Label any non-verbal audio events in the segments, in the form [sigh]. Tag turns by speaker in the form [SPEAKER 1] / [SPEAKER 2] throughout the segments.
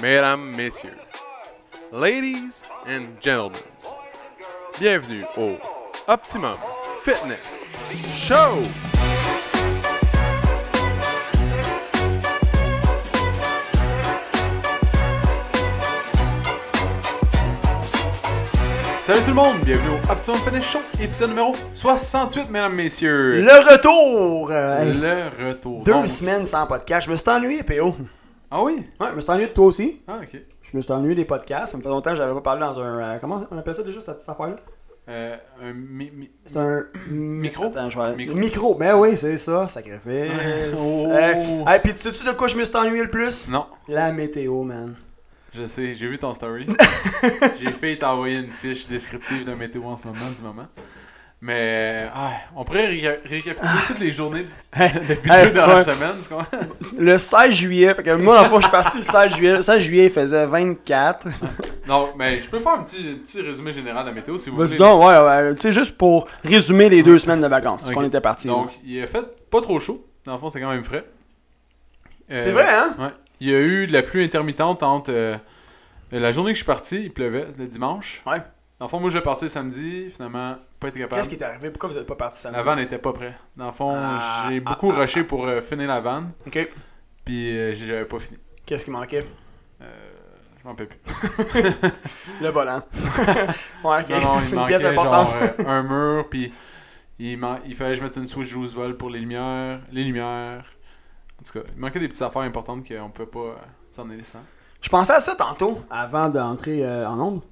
[SPEAKER 1] mesdames, messieurs, ladies and gentlemen, bienvenue au Optimum Fitness Show! Salut tout le monde, bienvenue au Optimum Fitness Show, épisode numéro 68, mesdames, messieurs.
[SPEAKER 2] Le retour! euh, hey,
[SPEAKER 1] Le retour.
[SPEAKER 2] deux
[SPEAKER 1] Donc-
[SPEAKER 2] semaines sans podcast. Je me suis ennuyé, PO.
[SPEAKER 1] Ah oui?
[SPEAKER 2] Ouais, je me suis ennuyé de toi aussi.
[SPEAKER 1] Ah, ok.
[SPEAKER 2] Je me suis ennuyé des podcasts. Ça me fait longtemps que j'avais pas parlé dans un. euh, comment on appelle ça déjà cette petite affaire-là?
[SPEAKER 1] Euh, un mi- mi-
[SPEAKER 2] C'est un.
[SPEAKER 1] [clears throat] Micro?
[SPEAKER 2] Attends, je vais aller-
[SPEAKER 1] Micro.
[SPEAKER 2] Micro. Ben oui, c'est ça, sacrifice.
[SPEAKER 1] Ouais. Oh.
[SPEAKER 2] Hey, hey, puis tu sais-tu de quoi je me suis ennuyé le plus?
[SPEAKER 1] Non,
[SPEAKER 2] La météo, man.
[SPEAKER 1] je sais, j'ai vu ton
[SPEAKER 2] [laughs]
[SPEAKER 1] story. j'ai fait t'envoyer une fiche descriptive de météo en ce moment, du moment. Mais, euh, ah, on pourrait réca- récapituler toutes les journées [laughs] depuis
[SPEAKER 2] Hey,
[SPEAKER 1] deux dans la
[SPEAKER 2] ouais.
[SPEAKER 1] semaine, tu comprends?
[SPEAKER 2] Le 16 juillet, fait que moi, dans le fond, je suis parti le 16 juillet. Le 16 juillet, il faisait 24.
[SPEAKER 1] Ah, Non, mais je peux faire un petit, petit résumé général de la météo si vous
[SPEAKER 2] Vas-y
[SPEAKER 1] voulez.
[SPEAKER 2] donc, ouais, ouais. Tu sais, juste pour résumer les deux semaines de vacances
[SPEAKER 1] Ok.
[SPEAKER 2] qu'on était partis.
[SPEAKER 1] Donc, il a fait pas trop chaud. Dans le fond, c'est quand même frais. Euh,
[SPEAKER 2] c'est vrai, hein?
[SPEAKER 1] Ouais. Il y a eu de la pluie intermittente entre euh, la journée que je suis parti, il pleuvait le dimanche.
[SPEAKER 2] Ouais.
[SPEAKER 1] Dans le fond, moi, je vais partir samedi. Finalement, pas été capable.
[SPEAKER 2] Qu'est-ce qui est arrivé? Pourquoi vous n'êtes pas parti samedi?
[SPEAKER 1] La vanne n'était pas prête. Dans le fond,
[SPEAKER 2] Ah,
[SPEAKER 1] j'ai
[SPEAKER 2] ah,
[SPEAKER 1] beaucoup
[SPEAKER 2] ah,
[SPEAKER 1] rushé pour euh, finir la vanne,
[SPEAKER 2] OK.
[SPEAKER 1] puis euh, j'avais pas fini.
[SPEAKER 2] Qu'est-ce qui manquait?
[SPEAKER 1] Euh, je m'en peux plus.
[SPEAKER 2] Le volant. [laughs] ouais, OK.
[SPEAKER 1] Non, non,
[SPEAKER 2] [laughs] C'est
[SPEAKER 1] il
[SPEAKER 2] une pièce
[SPEAKER 1] manquait
[SPEAKER 2] importante.
[SPEAKER 1] genre euh, un mur, puis il, man- il fallait que je mette une switch 12 volts pour les lumières, les lumières. En tout cas, il manquait des petites affaires importantes qu'on pouvait pas euh, s'en aller sans.
[SPEAKER 2] Je pensais à ça tantôt, avant d'entrer euh, en onde.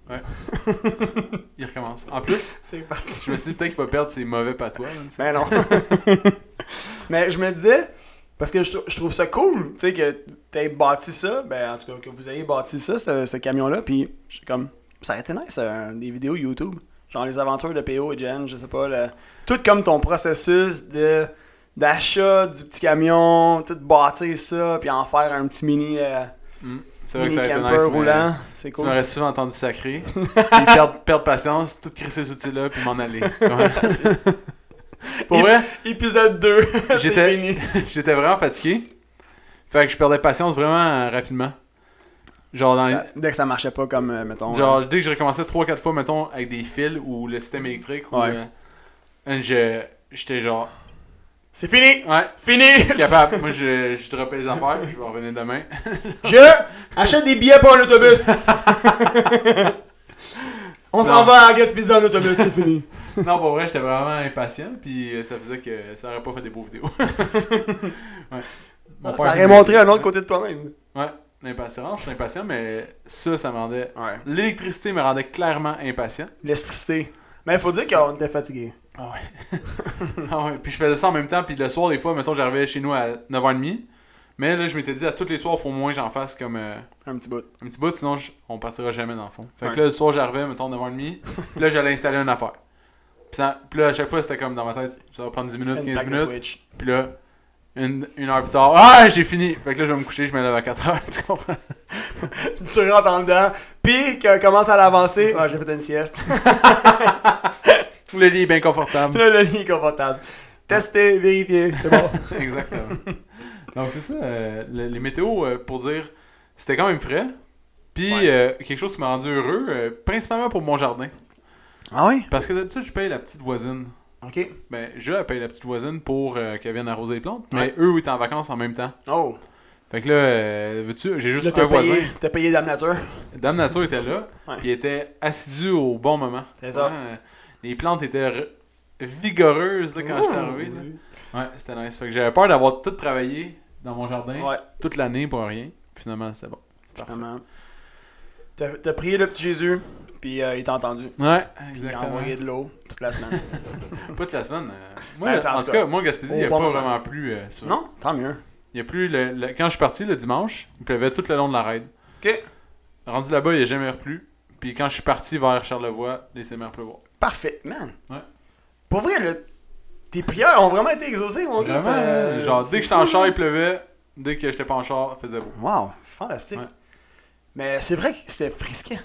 [SPEAKER 1] Il recommence. En plus,
[SPEAKER 2] C'est parti.
[SPEAKER 1] je me suis dit peut-être qu'il va perdre ses mauvais patois. là, tu sais.
[SPEAKER 2] Ben non. [laughs] Mais je me disais, parce que je, trou- je trouve ça cool, tu sais, que t'aies bâti ça, ben en tout cas, que vous ayez bâti ça, ce, ce camion-là, puis j'étais comme, ça aurait été nice, euh, des vidéos YouTube, genre les aventures de PO et Jen, je sais pas, le- tout comme ton processus de d'achat du petit camion, tout bâtir ça, puis en faire un petit mini, euh,
[SPEAKER 1] Mm. C'est vrai que
[SPEAKER 2] mini
[SPEAKER 1] ça a été
[SPEAKER 2] camper
[SPEAKER 1] nice. mais
[SPEAKER 2] roulant, c'est
[SPEAKER 1] Tu
[SPEAKER 2] cool.
[SPEAKER 1] m'aurais souvent entendu
[SPEAKER 2] [laughs]
[SPEAKER 1] sacrer, puis perdre, perdre patience, tout crisser ces outils-là, puis m'en aller. tu
[SPEAKER 2] [laughs]
[SPEAKER 1] comprends? Pour vrai,
[SPEAKER 2] Épisode 2, [laughs]
[SPEAKER 1] [laughs]
[SPEAKER 2] c'est
[SPEAKER 1] J'étais-
[SPEAKER 2] fini.
[SPEAKER 1] [laughs] J'étais vraiment fatigué. Fait que je perdais patience vraiment euh, rapidement. Genre, dans-
[SPEAKER 2] Ça- dès que ça marchait pas comme, euh, mettons...
[SPEAKER 1] genre dès que je recommençais 3-4 fois, mettons, avec des fils ou le système électrique, ou,
[SPEAKER 2] Ouais.
[SPEAKER 1] euh, euh, je- j'étais genre.
[SPEAKER 2] C'est fini!
[SPEAKER 1] Ouais,
[SPEAKER 2] [laughs] Fini!
[SPEAKER 1] capable. Moi, je, je droppais les affaires, je vais revenir demain.
[SPEAKER 2] [laughs] Je achète des billets pour
[SPEAKER 1] [laughs]
[SPEAKER 2] un autobus. On
[SPEAKER 1] s'en
[SPEAKER 2] s'en va à Gaspésie en autobus, c'est fini.
[SPEAKER 1] non, pour vrai, j'étais vraiment impatient, puis euh, ça faisait que ça aurait pas fait des beaux vidéos. [laughs] Ouais. [laughs] Mon père
[SPEAKER 2] Ça aurait
[SPEAKER 1] voulait-
[SPEAKER 2] montré un autre côté de toi-même.
[SPEAKER 1] Ouais, l'impatience, l'impatient, mais ça, ça me rendait.
[SPEAKER 2] Ouais.
[SPEAKER 1] L'électricité me rendait clairement impatient.
[SPEAKER 2] L'estricité. Mais il faut dire qu'on était fatigué.
[SPEAKER 1] Ah ouais. [laughs] ah ouais. Puis je faisais ça en même temps. Puis le soir, des fois, mettons, j'arrivais chez nous à 9h30. Mais là, je m'étais dit, à tous les soirs, faut au moins que j'en fasse comme euh,
[SPEAKER 2] Un petit bout.
[SPEAKER 1] un petit bout, sinon je- on partira jamais dans le fond. Fait que
[SPEAKER 2] Ouais.
[SPEAKER 1] là, le soir, j'arrivais, mettons, 9h30. Puis là, j'allais installer une affaire. Puis, ça- puis là, à chaque fois, c'était comme dans ma tête, ça va prendre 10 minutes, 15
[SPEAKER 2] plaque de
[SPEAKER 1] minutes.
[SPEAKER 2] Switch.
[SPEAKER 1] Puis là, une, une heure plus tard, ah, j'ai fini. Fait que là, je vais me coucher, je me lève à 4h. [laughs] Tu comprends?
[SPEAKER 2] Tu rentres en dedans. Puis qu'on commence
[SPEAKER 1] [laughs]
[SPEAKER 2] à l'avancer. Ah, j'ai fait une sieste. [laughs]
[SPEAKER 1] Le lit est bien confortable.
[SPEAKER 2] Là, le lit est confortable. Tester, vérifier. C'est bon. [laughs]
[SPEAKER 1] Exactement. [laughs] Donc c'est ça, euh, le- les météos, euh, pour dire, c'était quand même frais. Puis
[SPEAKER 2] Ouais.
[SPEAKER 1] euh, quelque chose qui m'a rendu heureux, euh, principalement pour mon jardin.
[SPEAKER 2] Ah oui?
[SPEAKER 1] Parce que d'habitude, je paye la petite voisine.
[SPEAKER 2] Ok.
[SPEAKER 1] Ben, je la paye la petite voisine pour euh, qu'elle vienne arroser les plantes. Mais
[SPEAKER 2] Ouais.
[SPEAKER 1] eux, ils étaient en vacances en même temps.
[SPEAKER 2] Oh.
[SPEAKER 1] Fait que là, euh, veux-tu, j'ai juste
[SPEAKER 2] Là,
[SPEAKER 1] un
[SPEAKER 2] t'as
[SPEAKER 1] voisin.
[SPEAKER 2] payé, t'as payé Dame Nature.
[SPEAKER 1] Dame Nature était là,
[SPEAKER 2] [laughs] Ouais.
[SPEAKER 1] puis était assidue au bon moment.
[SPEAKER 2] C'est ça.
[SPEAKER 1] Euh, les plantes étaient re- vigoureuses là, quand j'étais arrivé. là.
[SPEAKER 2] Ouais.
[SPEAKER 1] Ouais, c'était nice. Fait que j'avais peur d'avoir tout travaillé dans mon jardin. toute l'année pour rien. Finalement, c'était bon. C'est parfait.
[SPEAKER 2] Vraiment. T'as t'as prié le petit Jésus. Puis euh, il t'a entendu.
[SPEAKER 1] Ouais,
[SPEAKER 2] Il a
[SPEAKER 1] exactement.
[SPEAKER 2] envoyé de l'eau toute
[SPEAKER 1] [laughs]
[SPEAKER 2] la semaine. [laughs]
[SPEAKER 1] Pas toute la semaine. euh, Moi,
[SPEAKER 2] Ben, attends,
[SPEAKER 1] en
[SPEAKER 2] en
[SPEAKER 1] tout
[SPEAKER 2] tout
[SPEAKER 1] cas, moi, Gaspésie, il n'y a
[SPEAKER 2] au bon
[SPEAKER 1] pas
[SPEAKER 2] moment.
[SPEAKER 1] vraiment plu. euh, sur-
[SPEAKER 2] non, tant mieux.
[SPEAKER 1] Il y a plus. Le, le- Quand je suis parti le dimanche, il pleuvait tout le long de la raid.
[SPEAKER 2] OK.
[SPEAKER 1] Rendu là-bas, il n'y a jamais replu. Puis quand je suis parti vers Charlevoix, il s'est mis à pleuvoir.
[SPEAKER 2] Parfait, man.
[SPEAKER 1] Ouais.
[SPEAKER 2] Pour vrai, le... tes prières ont vraiment été exaucées, mon gars.
[SPEAKER 1] Vraiment, hein.
[SPEAKER 2] ça- hein.
[SPEAKER 1] genre, dès que j'étais en char, il pleuvait. Dès que j'étais pas en char, il faisait beau.
[SPEAKER 2] Wow, fantastique.
[SPEAKER 1] Ouais.
[SPEAKER 2] Mais c'est vrai que c'était frisquant.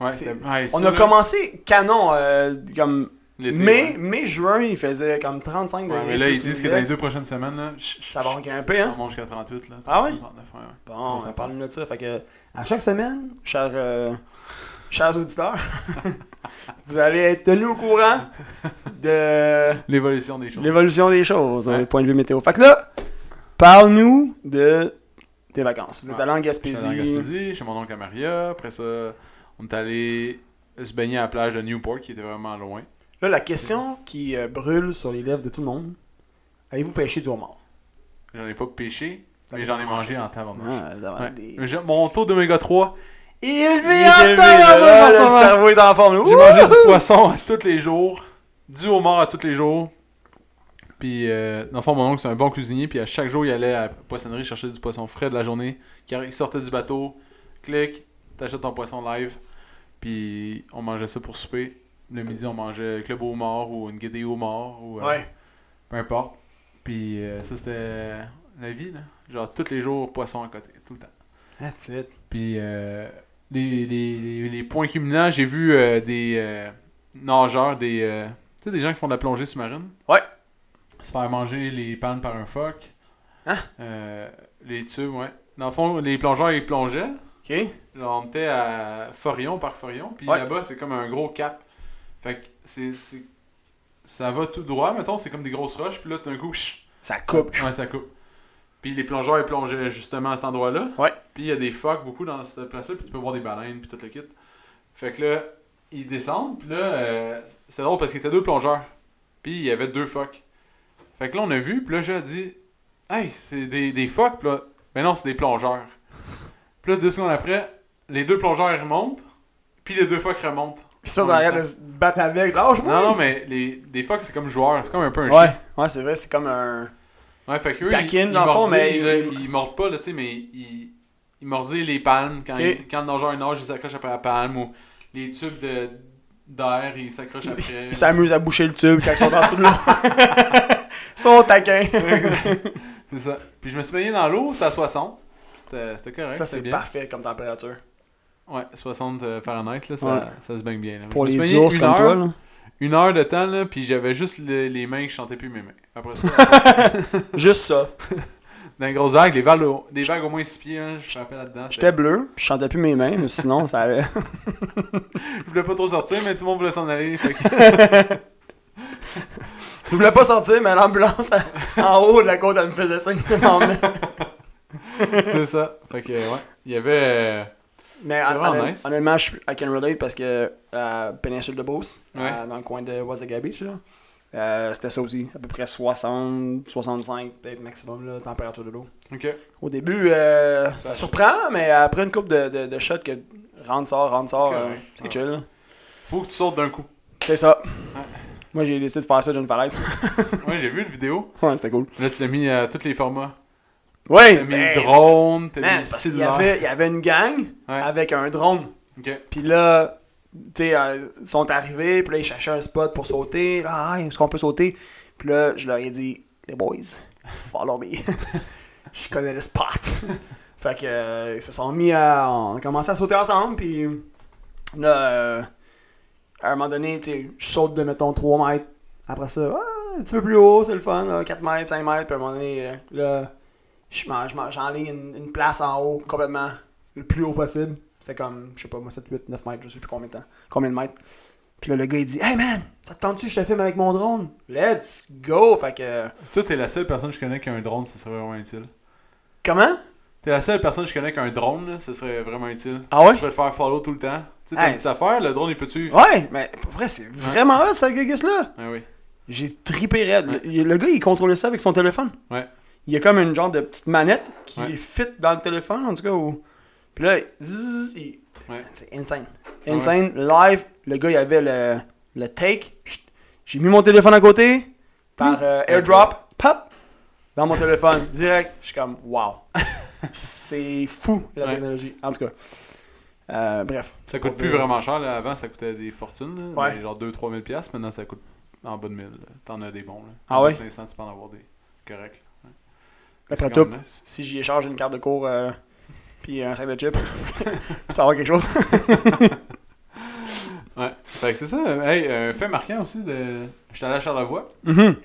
[SPEAKER 1] Ouais,
[SPEAKER 2] C'est-
[SPEAKER 1] c'était- ouais,
[SPEAKER 2] On
[SPEAKER 1] ça,
[SPEAKER 2] a
[SPEAKER 1] là,
[SPEAKER 2] commencé canon, euh, comme
[SPEAKER 1] L'été,
[SPEAKER 2] mai,
[SPEAKER 1] ouais.
[SPEAKER 2] mai, juin, il faisait comme 35
[SPEAKER 1] Ouais,
[SPEAKER 2] degrés.
[SPEAKER 1] mais là, ils
[SPEAKER 2] plus
[SPEAKER 1] disent que
[SPEAKER 2] qu'il
[SPEAKER 1] dans les
[SPEAKER 2] faisait.
[SPEAKER 1] deux prochaines semaines, là, chut, chut,
[SPEAKER 2] Ça va grimper,
[SPEAKER 1] on
[SPEAKER 2] hein?
[SPEAKER 1] mange jusqu'à 38, là.
[SPEAKER 2] Ah ouais?
[SPEAKER 1] 39, ouais, ouais.
[SPEAKER 2] Bon,
[SPEAKER 1] On s'en
[SPEAKER 2] on parle de ça. Fait que, à chaque semaine, chers, euh, chers auditeurs, [laughs] vous allez être tenus au courant de
[SPEAKER 1] L'évolution des choses.
[SPEAKER 2] l'évolution des choses,
[SPEAKER 1] Ouais.
[SPEAKER 2] euh, point de vue météo. Fait que là, parle-nous de tes vacances. Vous êtes
[SPEAKER 1] Ouais.
[SPEAKER 2] allé en
[SPEAKER 1] Je suis
[SPEAKER 2] Gaspésie.
[SPEAKER 1] allé en Gaspésie, chez mon oncle à Maria. Après ça, on est allé se baigner à la plage de Newport, qui était vraiment loin.
[SPEAKER 2] Là, la question qui euh, brûle sur les lèvres de tout le monde, avez-vous pêché du homard?
[SPEAKER 1] J'en ai pas pêché,
[SPEAKER 2] T'as
[SPEAKER 1] mais j'en ai mangé en tabarnak.
[SPEAKER 2] Ah, ça va,
[SPEAKER 1] Ouais.
[SPEAKER 2] des-
[SPEAKER 1] Mais j'ai- Mon taux d'oméga 3, il
[SPEAKER 2] Il
[SPEAKER 1] vit
[SPEAKER 2] est
[SPEAKER 1] en
[SPEAKER 2] élevé,
[SPEAKER 1] tabarnak
[SPEAKER 2] là,
[SPEAKER 1] en ce
[SPEAKER 2] le
[SPEAKER 1] moment.
[SPEAKER 2] cerveau est en forme.
[SPEAKER 1] J'ai mangé du poisson à tous les jours, du homard à tous les jours. Puis, euh, dans le fond, mon oncle, c'est un bon cuisinier. Puis, à chaque jour, il allait à la poissonnerie chercher du poisson frais de la journée. Car il sortait du bateau, clic, t'achètes ton poisson live. Puis, on mangeait ça pour souper. Le midi, on mangeait club au mort ou une guédée au mort ou euh,
[SPEAKER 2] Ouais.
[SPEAKER 1] peu importe. Puis, euh, ça, c'était la vie, là. Genre, tous les jours, poisson à côté, tout le temps.
[SPEAKER 2] That's it.
[SPEAKER 1] Puis euh, les, les, les, les points culminants, j'ai vu euh, des euh, nageurs, des, euh, tu sais, des gens qui font de la plongée sous-marine.
[SPEAKER 2] Ouais.
[SPEAKER 1] Se faire manger les pannes par un phoque.
[SPEAKER 2] Hein?
[SPEAKER 1] Euh, les tubes, ouais. Dans le fond, les plongeurs, ils plongeaient.
[SPEAKER 2] OK.
[SPEAKER 1] Genre, on était à Forion, par Forion. Puis
[SPEAKER 2] Ouais.
[SPEAKER 1] là-bas, c'est comme un gros cap. Fait que c'est, c'est- ça va tout droit, mettons. C'est comme des grosses roches. Puis là, d'un coup, [laughs] chut,
[SPEAKER 2] Ça coupe.
[SPEAKER 1] Ouais, ça coupe. Puis les plongeurs, ils plongeaient justement à cet endroit-là.
[SPEAKER 2] Ouais.
[SPEAKER 1] Puis il y a des phoques beaucoup dans cette place-là, puis tu peux voir des baleines, puis tout le kit. Fait que là, ils descendent, puis là, euh, c'était drôle parce qu'il y était deux plongeurs. Puis il y avait deux phoques. Fait que là, on a vu, puis là, j'ai dit, hey, c'est des, des phoques, puis là, mais non, c'est des plongeurs. Puis là, deux secondes après, les deux plongeurs ils remontent, puis les deux phoques remontent.
[SPEAKER 2] Ils sont derrière de se battre avec. Ah, Lâche-moi!
[SPEAKER 1] Non, non, mais les, des phoques, c'est comme joueurs, c'est comme un peu un chien.
[SPEAKER 2] Ouais, ouais c'est vrai, c'est comme un.
[SPEAKER 1] Ouais, fait que eux,
[SPEAKER 2] Taquine,
[SPEAKER 1] ils,
[SPEAKER 2] dans le fond,
[SPEAKER 1] mordaient,
[SPEAKER 2] mais-
[SPEAKER 1] là, ils, mordent pas, là, tu sais, mais ils, ils mordaient les palmes. Quand,
[SPEAKER 2] Ok.
[SPEAKER 1] ils- quand le nageur il nage, ils s'accrochent après la palme. Ou les tubes de- d'air, ils
[SPEAKER 2] [laughs]
[SPEAKER 1] s'accrochent après.
[SPEAKER 2] Ils s'amusent à boucher le tube quand ils sont en dessous de l'eau.
[SPEAKER 1] [laughs]
[SPEAKER 2] Ils sont taquins.
[SPEAKER 1] C'est ça. Puis je me suis baigné dans l'eau, c'était à 60. C'était c'était correct.
[SPEAKER 2] Ça,
[SPEAKER 1] c'était
[SPEAKER 2] c'est
[SPEAKER 1] bien.
[SPEAKER 2] parfait comme température.
[SPEAKER 1] Ouais, 60 euh, Fahrenheit, là, ça,
[SPEAKER 2] Ouais.
[SPEAKER 1] ça se baigne bien. là.
[SPEAKER 2] Pour
[SPEAKER 1] Je me suis
[SPEAKER 2] les
[SPEAKER 1] baigné
[SPEAKER 2] ours
[SPEAKER 1] une
[SPEAKER 2] comme
[SPEAKER 1] heure,
[SPEAKER 2] toi, là.
[SPEAKER 1] Une heure de temps, là, puis j'avais juste le- les mains qui chantaient plus mes mains. Après ça, [laughs]
[SPEAKER 2] Juste ça.
[SPEAKER 1] dans les grosses vagues, les vagues, au- des vagues au moins 6 pieds, hein, je me rappelle là-dedans. c'était-
[SPEAKER 2] J'étais bleu, puis je chantais plus mes mains, mais sinon,
[SPEAKER 1] [laughs]
[SPEAKER 2] ça allait.
[SPEAKER 1] Je voulais pas trop sortir, mais tout le monde voulait s'en aller. fait que-
[SPEAKER 2] Je voulais pas sortir, mais l'ambulance [laughs] elle- en haut de la côte, elle me faisait signe. [laughs] de m'emmener.
[SPEAKER 1] C'est ça. Fait que, ouais. Il y avait. euh,
[SPEAKER 2] mais
[SPEAKER 1] C'est vraiment
[SPEAKER 2] honnêtement,
[SPEAKER 1] nice.
[SPEAKER 2] honnêtement, je I can relate parce que à Péninsule de Beauce,
[SPEAKER 1] Ouais.
[SPEAKER 2] à- dans le coin de Wasaga Beach, là, euh, c'était ça aussi, à peu près 60, 65, peut-être maximum, là, température de l'eau.
[SPEAKER 1] Ok.
[SPEAKER 2] Au début, euh, ça
[SPEAKER 1] Ça-
[SPEAKER 2] surprend, mais après une coupe de, de, de shots que rentre, sort, rentre, sort,
[SPEAKER 1] Correct.
[SPEAKER 2] euh, c'est chill. là.
[SPEAKER 1] Faut que tu sortes d'un coup.
[SPEAKER 2] [laughs] C'est ça. Moi, j'ai décidé de faire ça d'une falaise. [laughs]
[SPEAKER 1] Ouais, j'ai vu le vidéo.
[SPEAKER 2] ouais, c'était cool.
[SPEAKER 1] Là, tu l'as mis à tous les formats.
[SPEAKER 2] Ouais!
[SPEAKER 1] T'as mis
[SPEAKER 2] ben,
[SPEAKER 1] le drone, t'as
[SPEAKER 2] man,
[SPEAKER 1] mis le
[SPEAKER 2] c'est parce qu'il y
[SPEAKER 1] cellulaire.
[SPEAKER 2] avait, il y avait une gang
[SPEAKER 1] Ouais.
[SPEAKER 2] avec un drone.
[SPEAKER 1] Ok.
[SPEAKER 2] Puis là, tu sais, euh, ils sont arrivés, puis là, ils cherchaient un spot pour sauter. Là, Ah, est-ce qu'on peut sauter? Puis là, je leur ai dit, les boys, follow me. [laughs] je connais le spot. fait que, euh, ils se sont mis à. On a commencé à sauter ensemble, puis là, euh, à un moment donné, tu sais, je saute de, mettons, 3 mètres. Après ça, ah, un petit peu plus haut, c'est le fun, là, 4 mètres, 5 mètres, puis à un moment donné, euh, là, je m'en- je m'en- j'enligne une, une place en haut, complètement le plus haut possible. C'était comme, je sais pas, moi, 7, 8, 9 mètres, je sais plus combien de temps, combien de mètres. Puis là, le gars, il dit, Hey man, ça te tente-tu, que je te filme avec mon drone? Let's go! Fait que,
[SPEAKER 1] Toi, t'es la seule personne que je connais qui a un drone, ça serait vraiment utile.
[SPEAKER 2] comment?
[SPEAKER 1] T'es la seule personne que je connais qui a un drone, là, ça serait vraiment utile.
[SPEAKER 2] Ah ouais?
[SPEAKER 1] Tu pourrais te faire follow tout le temps. Tu sais,
[SPEAKER 2] Hey,
[SPEAKER 1] t'as des
[SPEAKER 2] c'est-
[SPEAKER 1] affaires, le drone, il peut tu
[SPEAKER 2] Ouais, mais pour vrai, c'est vraiment hot, cette gugus-là!
[SPEAKER 1] Ah oui.
[SPEAKER 2] J'ai tripé raide. Le, le gars, il contrôlait ça avec son téléphone.
[SPEAKER 1] Ouais.
[SPEAKER 2] Il y a comme une genre de petite manette qui
[SPEAKER 1] Ouais.
[SPEAKER 2] est fit dans le téléphone, en tout cas. Ou... Puis là, zzz, il-
[SPEAKER 1] Ouais.
[SPEAKER 2] c'est insane.
[SPEAKER 1] Ah ouais.
[SPEAKER 2] Insane, live. Le gars, il avait le, le take. Chut. J'ai mis mon téléphone à côté par euh, airdrop. Pop! Dans mon téléphone, direct. Je suis comme, wow. [laughs] c'est fou, la
[SPEAKER 1] Ouais.
[SPEAKER 2] technologie. En tout cas. Euh, bref.
[SPEAKER 1] Ça coûte
[SPEAKER 2] Pour
[SPEAKER 1] plus
[SPEAKER 2] dire-
[SPEAKER 1] vraiment cher, là. Avant, ça coûtait des fortunes, là,
[SPEAKER 2] Ouais.
[SPEAKER 1] des- Genre 2-3 000 piastres. Maintenant, ça coûte en bas de 1000. là. T'en as des bons, là.
[SPEAKER 2] Ah
[SPEAKER 1] En bas
[SPEAKER 2] ouais?
[SPEAKER 1] de 500, tu peux en avoir des. Correct. là. Ouais.
[SPEAKER 2] Après
[SPEAKER 1] C'est
[SPEAKER 2] tout,
[SPEAKER 1] quand même nice.
[SPEAKER 2] si j'y échange une carte de cours euh, [laughs] puis un sac de chips, ça va avoir quelque chose.
[SPEAKER 1] Ouais. Fait que c'est ça. Hey, euh, fait marquant aussi de. J'étais allé à Charlevoix.
[SPEAKER 2] Mhm.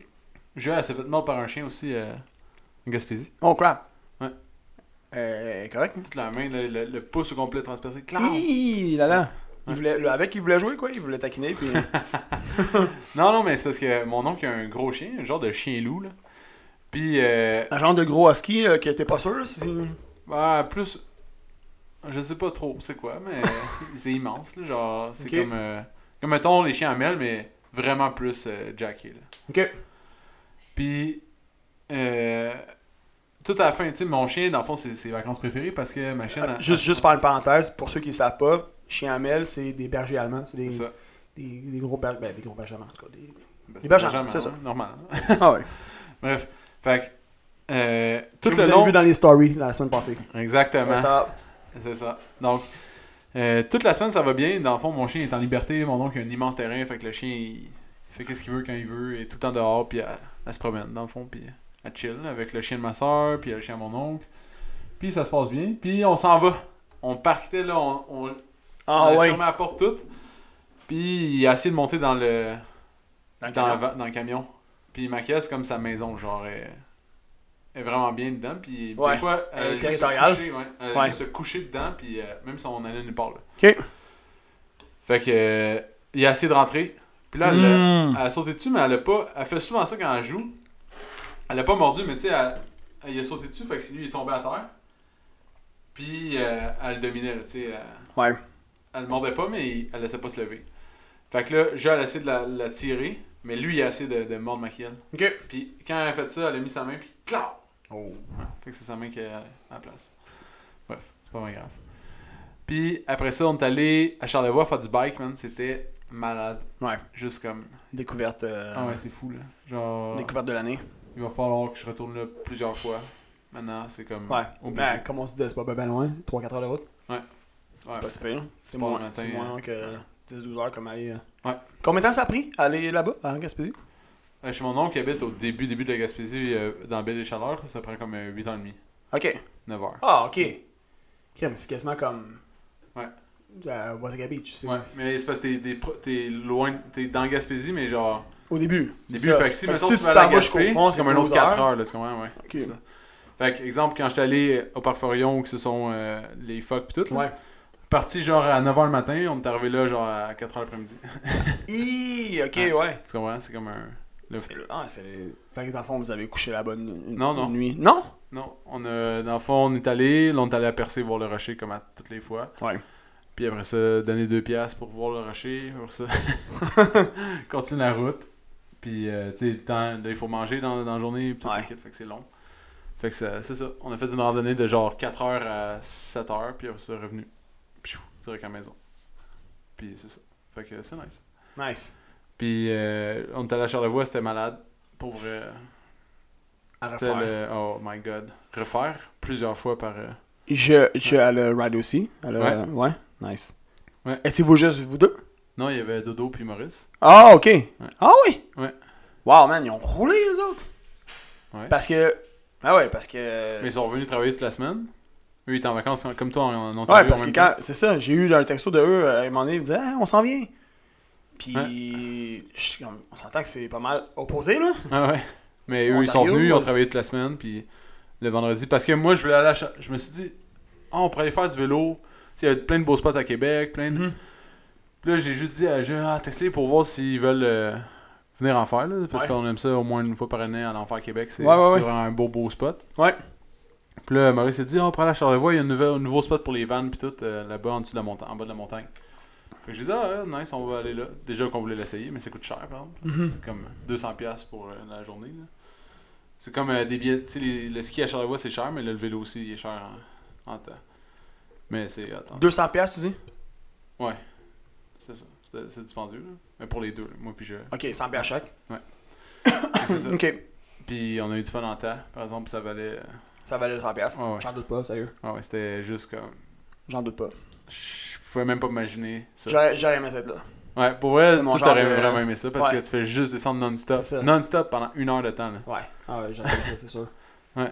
[SPEAKER 1] Joël, elle s'est fait mordre par un chien aussi euh, en Gaspésie.
[SPEAKER 2] Oh crap.
[SPEAKER 1] Ouais.
[SPEAKER 2] Euh, correct.
[SPEAKER 1] Toute la main, le, le- le pouce au complet transpercé. Clac!
[SPEAKER 2] Hi, là là. Il
[SPEAKER 1] Ouais.
[SPEAKER 2] voulait, le- avec, il voulait jouer, quoi. Il voulait taquiner, [laughs] puis... euh,
[SPEAKER 1] Non, non, mais c'est parce que mon oncle a un gros chien, un genre de chien loup, là. Puis, euh,
[SPEAKER 2] un genre de gros husky là, que t'es pas sûr si...
[SPEAKER 1] bah, plus. Je sais pas trop c'est quoi, mais c'est- c'est immense, là. Genre, c'est
[SPEAKER 2] Ok.
[SPEAKER 1] comme. euh, comme mettons les chiens à mêle, mais vraiment plus euh, jacké, là.
[SPEAKER 2] OK.
[SPEAKER 1] Puis, euh, tout à la fin, tu sais, mon chien, dans le fond, c'est ses vacances préférées parce que ma chienne. elle-
[SPEAKER 2] Juste, juste faire une parenthèse, pour ceux qui ne savent pas, chien à mêle, c'est des bergers allemands. C'est des,
[SPEAKER 1] C'est ça.
[SPEAKER 2] des, des gros bergers... Ben, des gros bergers allemands, en tout cas. Des...
[SPEAKER 1] Ben,
[SPEAKER 2] Les Benjamins,
[SPEAKER 1] Benjamin,
[SPEAKER 2] c'est ça.
[SPEAKER 1] hein, Normal. hein.
[SPEAKER 2] [laughs]
[SPEAKER 1] [laughs]
[SPEAKER 2] Ah ouais.
[SPEAKER 1] Bref. Fait que, euh, tout
[SPEAKER 2] Que
[SPEAKER 1] le
[SPEAKER 2] vous
[SPEAKER 1] long.
[SPEAKER 2] avez vu dans les stories la semaine passée.
[SPEAKER 1] Exactement.
[SPEAKER 2] Ouais, ça-
[SPEAKER 1] C'est ça. Donc, euh, toute la semaine, ça va bien. Dans le fond, mon chien est en liberté. Mon oncle a un immense terrain. Fait que le chien, il fait qu'est-ce qu'il veut quand il veut. Il est tout le temps dehors. Puis elle, elle se promène, dans le fond. Puis elle chill avec le chien de ma soeur. Puis le chien de mon oncle. Puis ça se passe bien. Puis on s'en va. On parquetait là. On, on, on
[SPEAKER 2] Ah
[SPEAKER 1] avait
[SPEAKER 2] ouais.
[SPEAKER 1] fermé la porte toute. Puis il a essayé de monter dans le,
[SPEAKER 2] Dans le
[SPEAKER 1] dans, la
[SPEAKER 2] camion.
[SPEAKER 1] va- dans le camion. Puis ma caisse, comme sa maison, genre, elle elle est vraiment bien dedans. Puis
[SPEAKER 2] Ouais.
[SPEAKER 1] des fois, euh,
[SPEAKER 2] Elle est
[SPEAKER 1] juste
[SPEAKER 2] territoriale.
[SPEAKER 1] se coucher, ouais. Elle
[SPEAKER 2] Ouais.
[SPEAKER 1] juste se coucher dedans, puis euh, même si on allait nulle part. Là.
[SPEAKER 2] OK.
[SPEAKER 1] Fait que, euh, il a essayé de rentrer. Puis là, elle, a-
[SPEAKER 2] Mm.
[SPEAKER 1] elle a sauté dessus, mais elle a pas. Elle fait souvent ça quand elle joue. Elle a pas mordu, mais tu sais, elle, elle a sauté dessus, fait que c'est lui, il est tombé à terre. Puis euh, elle le dominait, là, tu sais. euh, elle-
[SPEAKER 2] Ouais.
[SPEAKER 1] elle ne mordait pas, mais il- elle laissait pas se lever. Fait que là, Joël a essayé de la, la tirer, mais lui, il a essayé de, de mordre Maquiel.
[SPEAKER 2] OK.
[SPEAKER 1] Puis quand elle a fait ça, elle a mis sa main, puis clac!
[SPEAKER 2] Oh.
[SPEAKER 1] Ouais, Fait que c'est sa main qui est à la place. Bref, c'est pas vraiment grave. Puis après ça, on est allé à Charlevoix faire du bike, man. C'était malade.
[SPEAKER 2] Ouais.
[SPEAKER 1] Juste comme.
[SPEAKER 2] Découverte, euh,
[SPEAKER 1] Ah ouais, c'est fou, là. Genre.
[SPEAKER 2] découverte de l'année.
[SPEAKER 1] Il va falloir que je retourne là plusieurs fois. Maintenant, c'est comme.
[SPEAKER 2] Ouais.
[SPEAKER 1] obligé.
[SPEAKER 2] Ben, comme on se disait, c'est pas bien loin. 3-4 heures de route.
[SPEAKER 1] Ouais.
[SPEAKER 2] C'est pas si pire. C'est
[SPEAKER 1] pas
[SPEAKER 2] moins,
[SPEAKER 1] le matin,
[SPEAKER 2] c'est moins
[SPEAKER 1] hein.
[SPEAKER 2] que 10-12 heures comme aller... euh.
[SPEAKER 1] Ouais.
[SPEAKER 2] Combien de temps ça a pris aller là-bas, en Gaspésie?
[SPEAKER 1] Euh, Chez mon oncle qui habite au début, début de la Gaspésie, euh, dans Belle et Chaleur, ça prend comme 8 ans et demi,
[SPEAKER 2] OK.
[SPEAKER 1] 9 heures.
[SPEAKER 2] Ah, ok. Ok, mais c'est quasiment comme.
[SPEAKER 1] Ouais.
[SPEAKER 2] Euh, Wasaga Beach. c'est-
[SPEAKER 1] Ouais, mais c'est parce que t'es- t'es pro- t'es loin, t'es dans Gaspésie, mais genre.
[SPEAKER 2] Au début.
[SPEAKER 1] Début,
[SPEAKER 2] C'est ça.
[SPEAKER 1] fait que si, mettons,
[SPEAKER 2] si
[SPEAKER 1] tu vas à la
[SPEAKER 2] jusqu'au
[SPEAKER 1] Gaspé,
[SPEAKER 2] fond,
[SPEAKER 1] c'est comme un autre
[SPEAKER 2] 12
[SPEAKER 1] 4 heures, là, c'est comme, ouais, ouais.
[SPEAKER 2] Ok.
[SPEAKER 1] c'est ça. Fait que, exemple, quand j'étais allé au Parc Forion, où que ce sont euh, les phoques pis tout, là,
[SPEAKER 2] Ouais.
[SPEAKER 1] parti genre à 9h le matin, on est arrivé là genre à 4h l'après-midi. [laughs]
[SPEAKER 2] Hi, ok,
[SPEAKER 1] Ouais.
[SPEAKER 2] ouais.
[SPEAKER 1] tu comprends? C'est comme un. le-
[SPEAKER 2] C'est- Ah, c'est. Fait que dans le fond, vous avez couché la bonne une,
[SPEAKER 1] Non, non.
[SPEAKER 2] une nuit. Non?
[SPEAKER 1] Non, on a, dans le fond, on est allé, là, on est allé à Percé voir le rocher comme à toutes les fois.
[SPEAKER 2] Ouais.
[SPEAKER 1] Puis après ça, donner deux piastres pour voir le rocher. Après ça, [laughs] continue la route. Puis, euh, tu sais, le temps- là, il faut manger dans, dans la journée. Puis tout
[SPEAKER 2] Ouais.
[SPEAKER 1] le kit, fait que c'est long. Fait que ça- c'est ça. On a fait une randonnée de genre 4h à 7h. Puis après ça, revenu. Puis, chou, direct à la maison. Puis c'est ça. Fait que c'est nice.
[SPEAKER 2] Nice.
[SPEAKER 1] Puis, euh, on est allé à Charlevoix, c'était malade. Pour vrai.
[SPEAKER 2] À
[SPEAKER 1] C'était
[SPEAKER 2] refaire.
[SPEAKER 1] le- Oh my god. Refaire plusieurs fois par. euh,
[SPEAKER 2] Je, je, elle a ride aussi. Elle a- ouais. Nice.
[SPEAKER 1] Ouais.
[SPEAKER 2] Étiez-vous juste vous deux?
[SPEAKER 1] Non, il y avait Dodo puis Maurice.
[SPEAKER 2] Ah, ok. Ah oui?
[SPEAKER 1] Ouais.
[SPEAKER 2] Wow, man, ils ont roulé, les autres.
[SPEAKER 1] Ouais.
[SPEAKER 2] Parce que. Ah ouais, parce que.
[SPEAKER 1] Mais ils sont revenus travailler toute la semaine. Eux, ils étaient en vacances comme toi en, en Ontario.
[SPEAKER 2] Ouais, parce
[SPEAKER 1] en
[SPEAKER 2] que
[SPEAKER 1] même
[SPEAKER 2] quand.
[SPEAKER 1] temps.
[SPEAKER 2] C'est ça, j'ai eu un texto de eux euh, à un moment donné, ils me disaient, Ah, on s'en vient. Puis. je suis comme, on s'entend que c'est pas mal opposé, là.
[SPEAKER 1] Ah ouais. Mais eux, ils sont
[SPEAKER 2] Ontario,
[SPEAKER 1] venus, ils ont
[SPEAKER 2] ouais.
[SPEAKER 1] travaillé toute la semaine, puis le vendredi. Parce que moi, je voulais aller à Cha- Je me suis dit, Ah, on pourrait aller faire du vélo. Tu sais, il y a plein de beaux spots à Québec, plein de.
[SPEAKER 2] Mhm.
[SPEAKER 1] Puis là, j'ai juste dit à Jean, ah, texte-les pour voir s'ils veulent euh, venir en faire, là, parce
[SPEAKER 2] Ouais.
[SPEAKER 1] qu'on aime ça au moins une fois par année à l'enfer Québec. C'est
[SPEAKER 2] Ouais, ouais,
[SPEAKER 1] c'est
[SPEAKER 2] ouais.
[SPEAKER 1] vraiment un beau, beau spot.
[SPEAKER 2] Ouais.
[SPEAKER 1] Puis là, Maurice a dit, Ah, on prend la Charlevoix, il y a un, nouvel- un nouveau spot pour les vannes, puis tout, euh, là-bas, en, dessous de la monta- en bas de la montagne. Fait que j'ai dit, ah, ouais, nice, on va aller là. Déjà qu'on voulait l'essayer, mais ça coûte cher, par exemple.
[SPEAKER 2] Mhm.
[SPEAKER 1] C'est comme 200$ piastres pour euh, la journée. là. C'est comme euh, des billets. Tu sais, les- le ski à Charlevoix, c'est cher, mais là, le vélo aussi, il est cher en, en temps. Mais c'est. Attends.
[SPEAKER 2] 200 pièces tu dis?
[SPEAKER 1] Ouais. C'est ça. C'est- C'est dispendieux, là. Mais pour les deux, là, moi puis je.
[SPEAKER 2] Ok, 100 pièces chaque.
[SPEAKER 1] C'est ça.
[SPEAKER 2] [coughs] Ok,
[SPEAKER 1] Puis on a eu du fun en temps, par exemple, ça valait. euh,
[SPEAKER 2] ça valait 100 pièces
[SPEAKER 1] Ouais, ouais.
[SPEAKER 2] J'en doute pas, sérieux.
[SPEAKER 1] Ah ouais, c'était juste comme.
[SPEAKER 2] J'en doute pas.
[SPEAKER 1] Je pouvais même pas imaginer ça.
[SPEAKER 2] J'aurais j'aurais aimé cette là.
[SPEAKER 1] Ouais, pour vrai,
[SPEAKER 2] C'est
[SPEAKER 1] tout
[SPEAKER 2] mon genre
[SPEAKER 1] aurais
[SPEAKER 2] de-
[SPEAKER 1] vraiment aimé ça parce
[SPEAKER 2] Ouais.
[SPEAKER 1] que tu fais juste descendre non-stop.
[SPEAKER 2] C'est ça.
[SPEAKER 1] Non-stop pendant une heure de temps, là.
[SPEAKER 2] Ouais. Ah ouais, j'aurais aimé ça, c'est sûr.
[SPEAKER 1] [laughs] Ouais.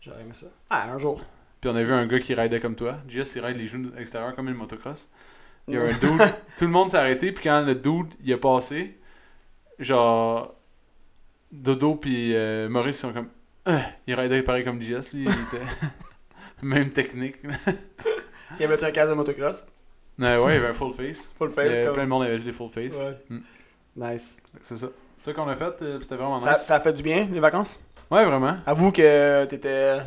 [SPEAKER 2] J'aurais aimé ça. Ah, un jour.
[SPEAKER 1] Puis on a vu un gars qui raidait comme toi. JS, il raide les genoux extérieurs comme une motocross. Il y a un dude.
[SPEAKER 2] [laughs]
[SPEAKER 1] tout le monde s'est arrêté, puis quand le dude il est passé, genre. Dodo puis euh, Maurice sont comme. Ah, il riderait pareil comme JS, lui. Il
[SPEAKER 2] [laughs]
[SPEAKER 1] était. Même technique.
[SPEAKER 2] Il y avait un casque de motocross.
[SPEAKER 1] ouais, ouais, il y avait un full face.
[SPEAKER 2] Full
[SPEAKER 1] Il y
[SPEAKER 2] face,
[SPEAKER 1] avait
[SPEAKER 2] comme.
[SPEAKER 1] plein de monde avait des full face.
[SPEAKER 2] Ouais.
[SPEAKER 1] Mm.
[SPEAKER 2] Nice.
[SPEAKER 1] C'est ça. C'est ça qu'on a fait, euh, puis c'était vraiment nice.
[SPEAKER 2] Ça, ça a fait du bien, les vacances?
[SPEAKER 1] Ouais, vraiment.
[SPEAKER 2] Avoue que t'étais...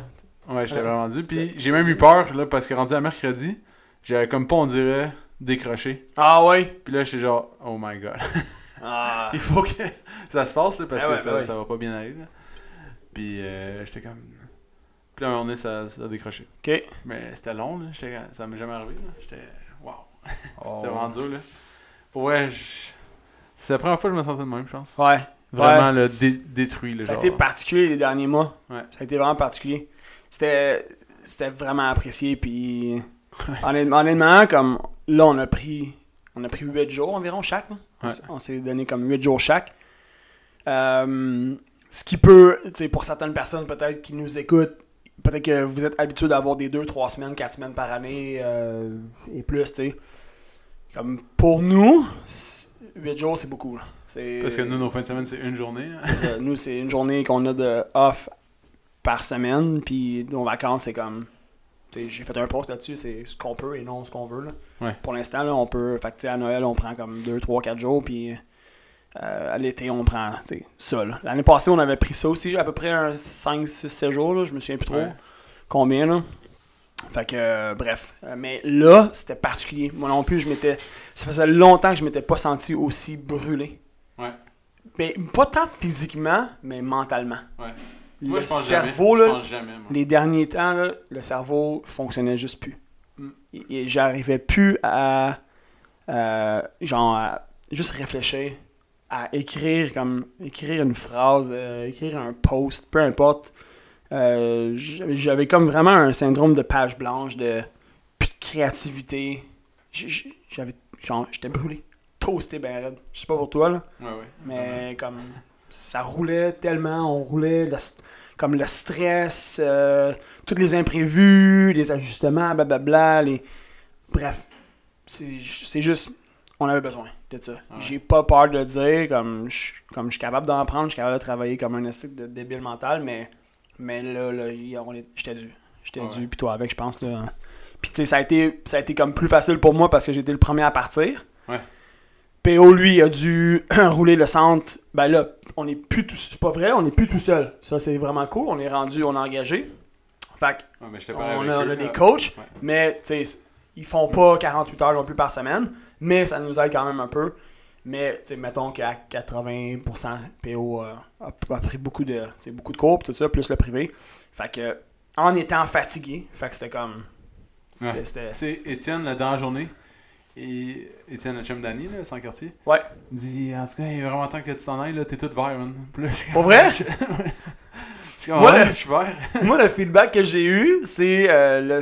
[SPEAKER 1] Ouais, j'étais
[SPEAKER 2] Ouais.
[SPEAKER 1] vraiment dû. Puis j'ai même eu peur, là, parce que rendu à mercredi, j'avais comme pas, on dirait, décroché.
[SPEAKER 2] Ah ouais?
[SPEAKER 1] Puis là, j'étais genre, oh my god.
[SPEAKER 2] Ah.
[SPEAKER 1] [laughs] Il faut que ça se passe, là, parce
[SPEAKER 2] Ah ouais,
[SPEAKER 1] que ça,
[SPEAKER 2] bah ouais.
[SPEAKER 1] ça va pas bien aller, là. Puis euh, j'étais comme. Puis là, à un moment donné, ça, ça a décroché.
[SPEAKER 2] OK.
[SPEAKER 1] Mais c'était long, là. J'étais comme- Ça m'est jamais arrivé, là. J'étais. Waouh.
[SPEAKER 2] Oh.
[SPEAKER 1] C'était vraiment dur, là. Pour vrai, je- c'est la première fois que je me sentais de même, je pense.
[SPEAKER 2] Ouais.
[SPEAKER 1] Vraiment,
[SPEAKER 2] Ouais.
[SPEAKER 1] là, dé- détruit, là.
[SPEAKER 2] Ça a
[SPEAKER 1] genre.
[SPEAKER 2] été particulier les derniers mois.
[SPEAKER 1] Ouais.
[SPEAKER 2] Ça a été vraiment particulier. C'était, c'était vraiment apprécié. Puis, honnêtement, honnêtement, comme là, on a pris, on a pris 8 jours environ chaque. là. On
[SPEAKER 1] Ouais.
[SPEAKER 2] s- On s'est donné comme 8 jours chaque. Euh, ce qui peut, tu sais, pour certaines personnes peut-être qui nous écoutent, peut-être que vous êtes habitué d'avoir des 2, 3 semaines, 4 semaines par année euh, et plus, tu sais. Comme pour nous, 8 jours, c'est beaucoup. là. C'est...
[SPEAKER 1] Parce que nous, nos fins de semaine, c'est une journée. hein. là.
[SPEAKER 2] C'est ça. Nous, c'est une journée qu'on a de off par semaine, puis nos vacances, c'est comme. tu sais, J'ai fait un post là-dessus, c'est ce qu'on peut et non ce qu'on veut. Là.
[SPEAKER 1] Ouais.
[SPEAKER 2] Pour l'instant, là, on peut. Fait que, tu sais, à Noël, on prend comme 2, 3, 4 jours, puis euh, à l'été, on prend tu sais, ça. là. L'année passée, on avait pris ça aussi, à peu près 5, 6, 7 jours, là, je me souviens plus trop
[SPEAKER 1] Ouais.
[SPEAKER 2] combien. Là. Fait que, euh, bref. Euh, Mais là, c'était particulier. Moi non plus, je m'étais. Ça faisait longtemps que je m'étais pas senti aussi brûlé.
[SPEAKER 1] Ouais.
[SPEAKER 2] Mais pas tant physiquement, mais mentalement.
[SPEAKER 1] Ouais.
[SPEAKER 2] le
[SPEAKER 1] Moi, je pense
[SPEAKER 2] cerveau,
[SPEAKER 1] jamais. Je
[SPEAKER 2] là,
[SPEAKER 1] pense jamais, moi.
[SPEAKER 2] les derniers temps, là, le cerveau fonctionnait juste plus.
[SPEAKER 1] Mm.
[SPEAKER 2] Et- Et j'arrivais plus à, euh, genre, à juste réfléchir, à écrire comme écrire une phrase, euh, écrire un post, peu importe. Euh, j'avais- J'avais comme vraiment un syndrome de page blanche, de plus de créativité. J- j- J'avais, genre, j'étais brûlé, toasté ben raide. Je sais pas pour toi là.
[SPEAKER 1] Ouais, ouais.
[SPEAKER 2] Mais comme ça roulait tellement, on roulait, le st- comme le stress, euh, tous les imprévus, les ajustements, blablabla. Les... Bref, c'est ju- c'est juste, on avait besoin de ça. J'ai pas peur de le dire, comme je suis- comme je suis capable d'en prendre, je suis capable de travailler comme un esthétique de débile mental, mais, mais là, là y- on est- j'étais dû. J'étais
[SPEAKER 1] Ouais.
[SPEAKER 2] dû, puis toi avec, je pense. Là. hein. Puis tu sais, ça a, été, ça a été comme plus facile pour moi parce que j'étais le premier à partir. PO, lui, a dû [clears throat] rouler le centre. Ben là, on n'est plus tout C'est pas vrai, on n'est plus tout seul. Ça, c'est vraiment cool. On est rendu, on a engagé. Fait que
[SPEAKER 1] Ouais, mais j'étais pas
[SPEAKER 2] on
[SPEAKER 1] avec
[SPEAKER 2] a, on
[SPEAKER 1] eux,
[SPEAKER 2] a
[SPEAKER 1] là.
[SPEAKER 2] des coachs,
[SPEAKER 1] Ouais.
[SPEAKER 2] mais tu sais, ils font pas 48 heures non plus par semaine, mais ça nous aide quand même un peu. Mais tu sais, mettons qu'à 80%, PO euh, a, a pris beaucoup de, tu sais, beaucoup de cours, pis tout ça, plus le privé. Fait que, en étant fatigué, fait que c'était comme. C'était.
[SPEAKER 1] Ouais.
[SPEAKER 2] c'était-
[SPEAKER 1] C'est Étienne, là, dans la journée, et Étienne, le chum d'Annie, là, sans quartier,
[SPEAKER 2] Ouais.
[SPEAKER 1] dit En tout cas, il est vraiment temps que tu t'en ailles, là, t'es tout vert, man. Puis là, [laughs] je suis comme-
[SPEAKER 2] Pour vrai?
[SPEAKER 1] Je suis comme,
[SPEAKER 2] Moi,
[SPEAKER 1] Ouais,
[SPEAKER 2] le-
[SPEAKER 1] je suis vert. [laughs]
[SPEAKER 2] Moi, le feedback que j'ai eu, c'est euh, le,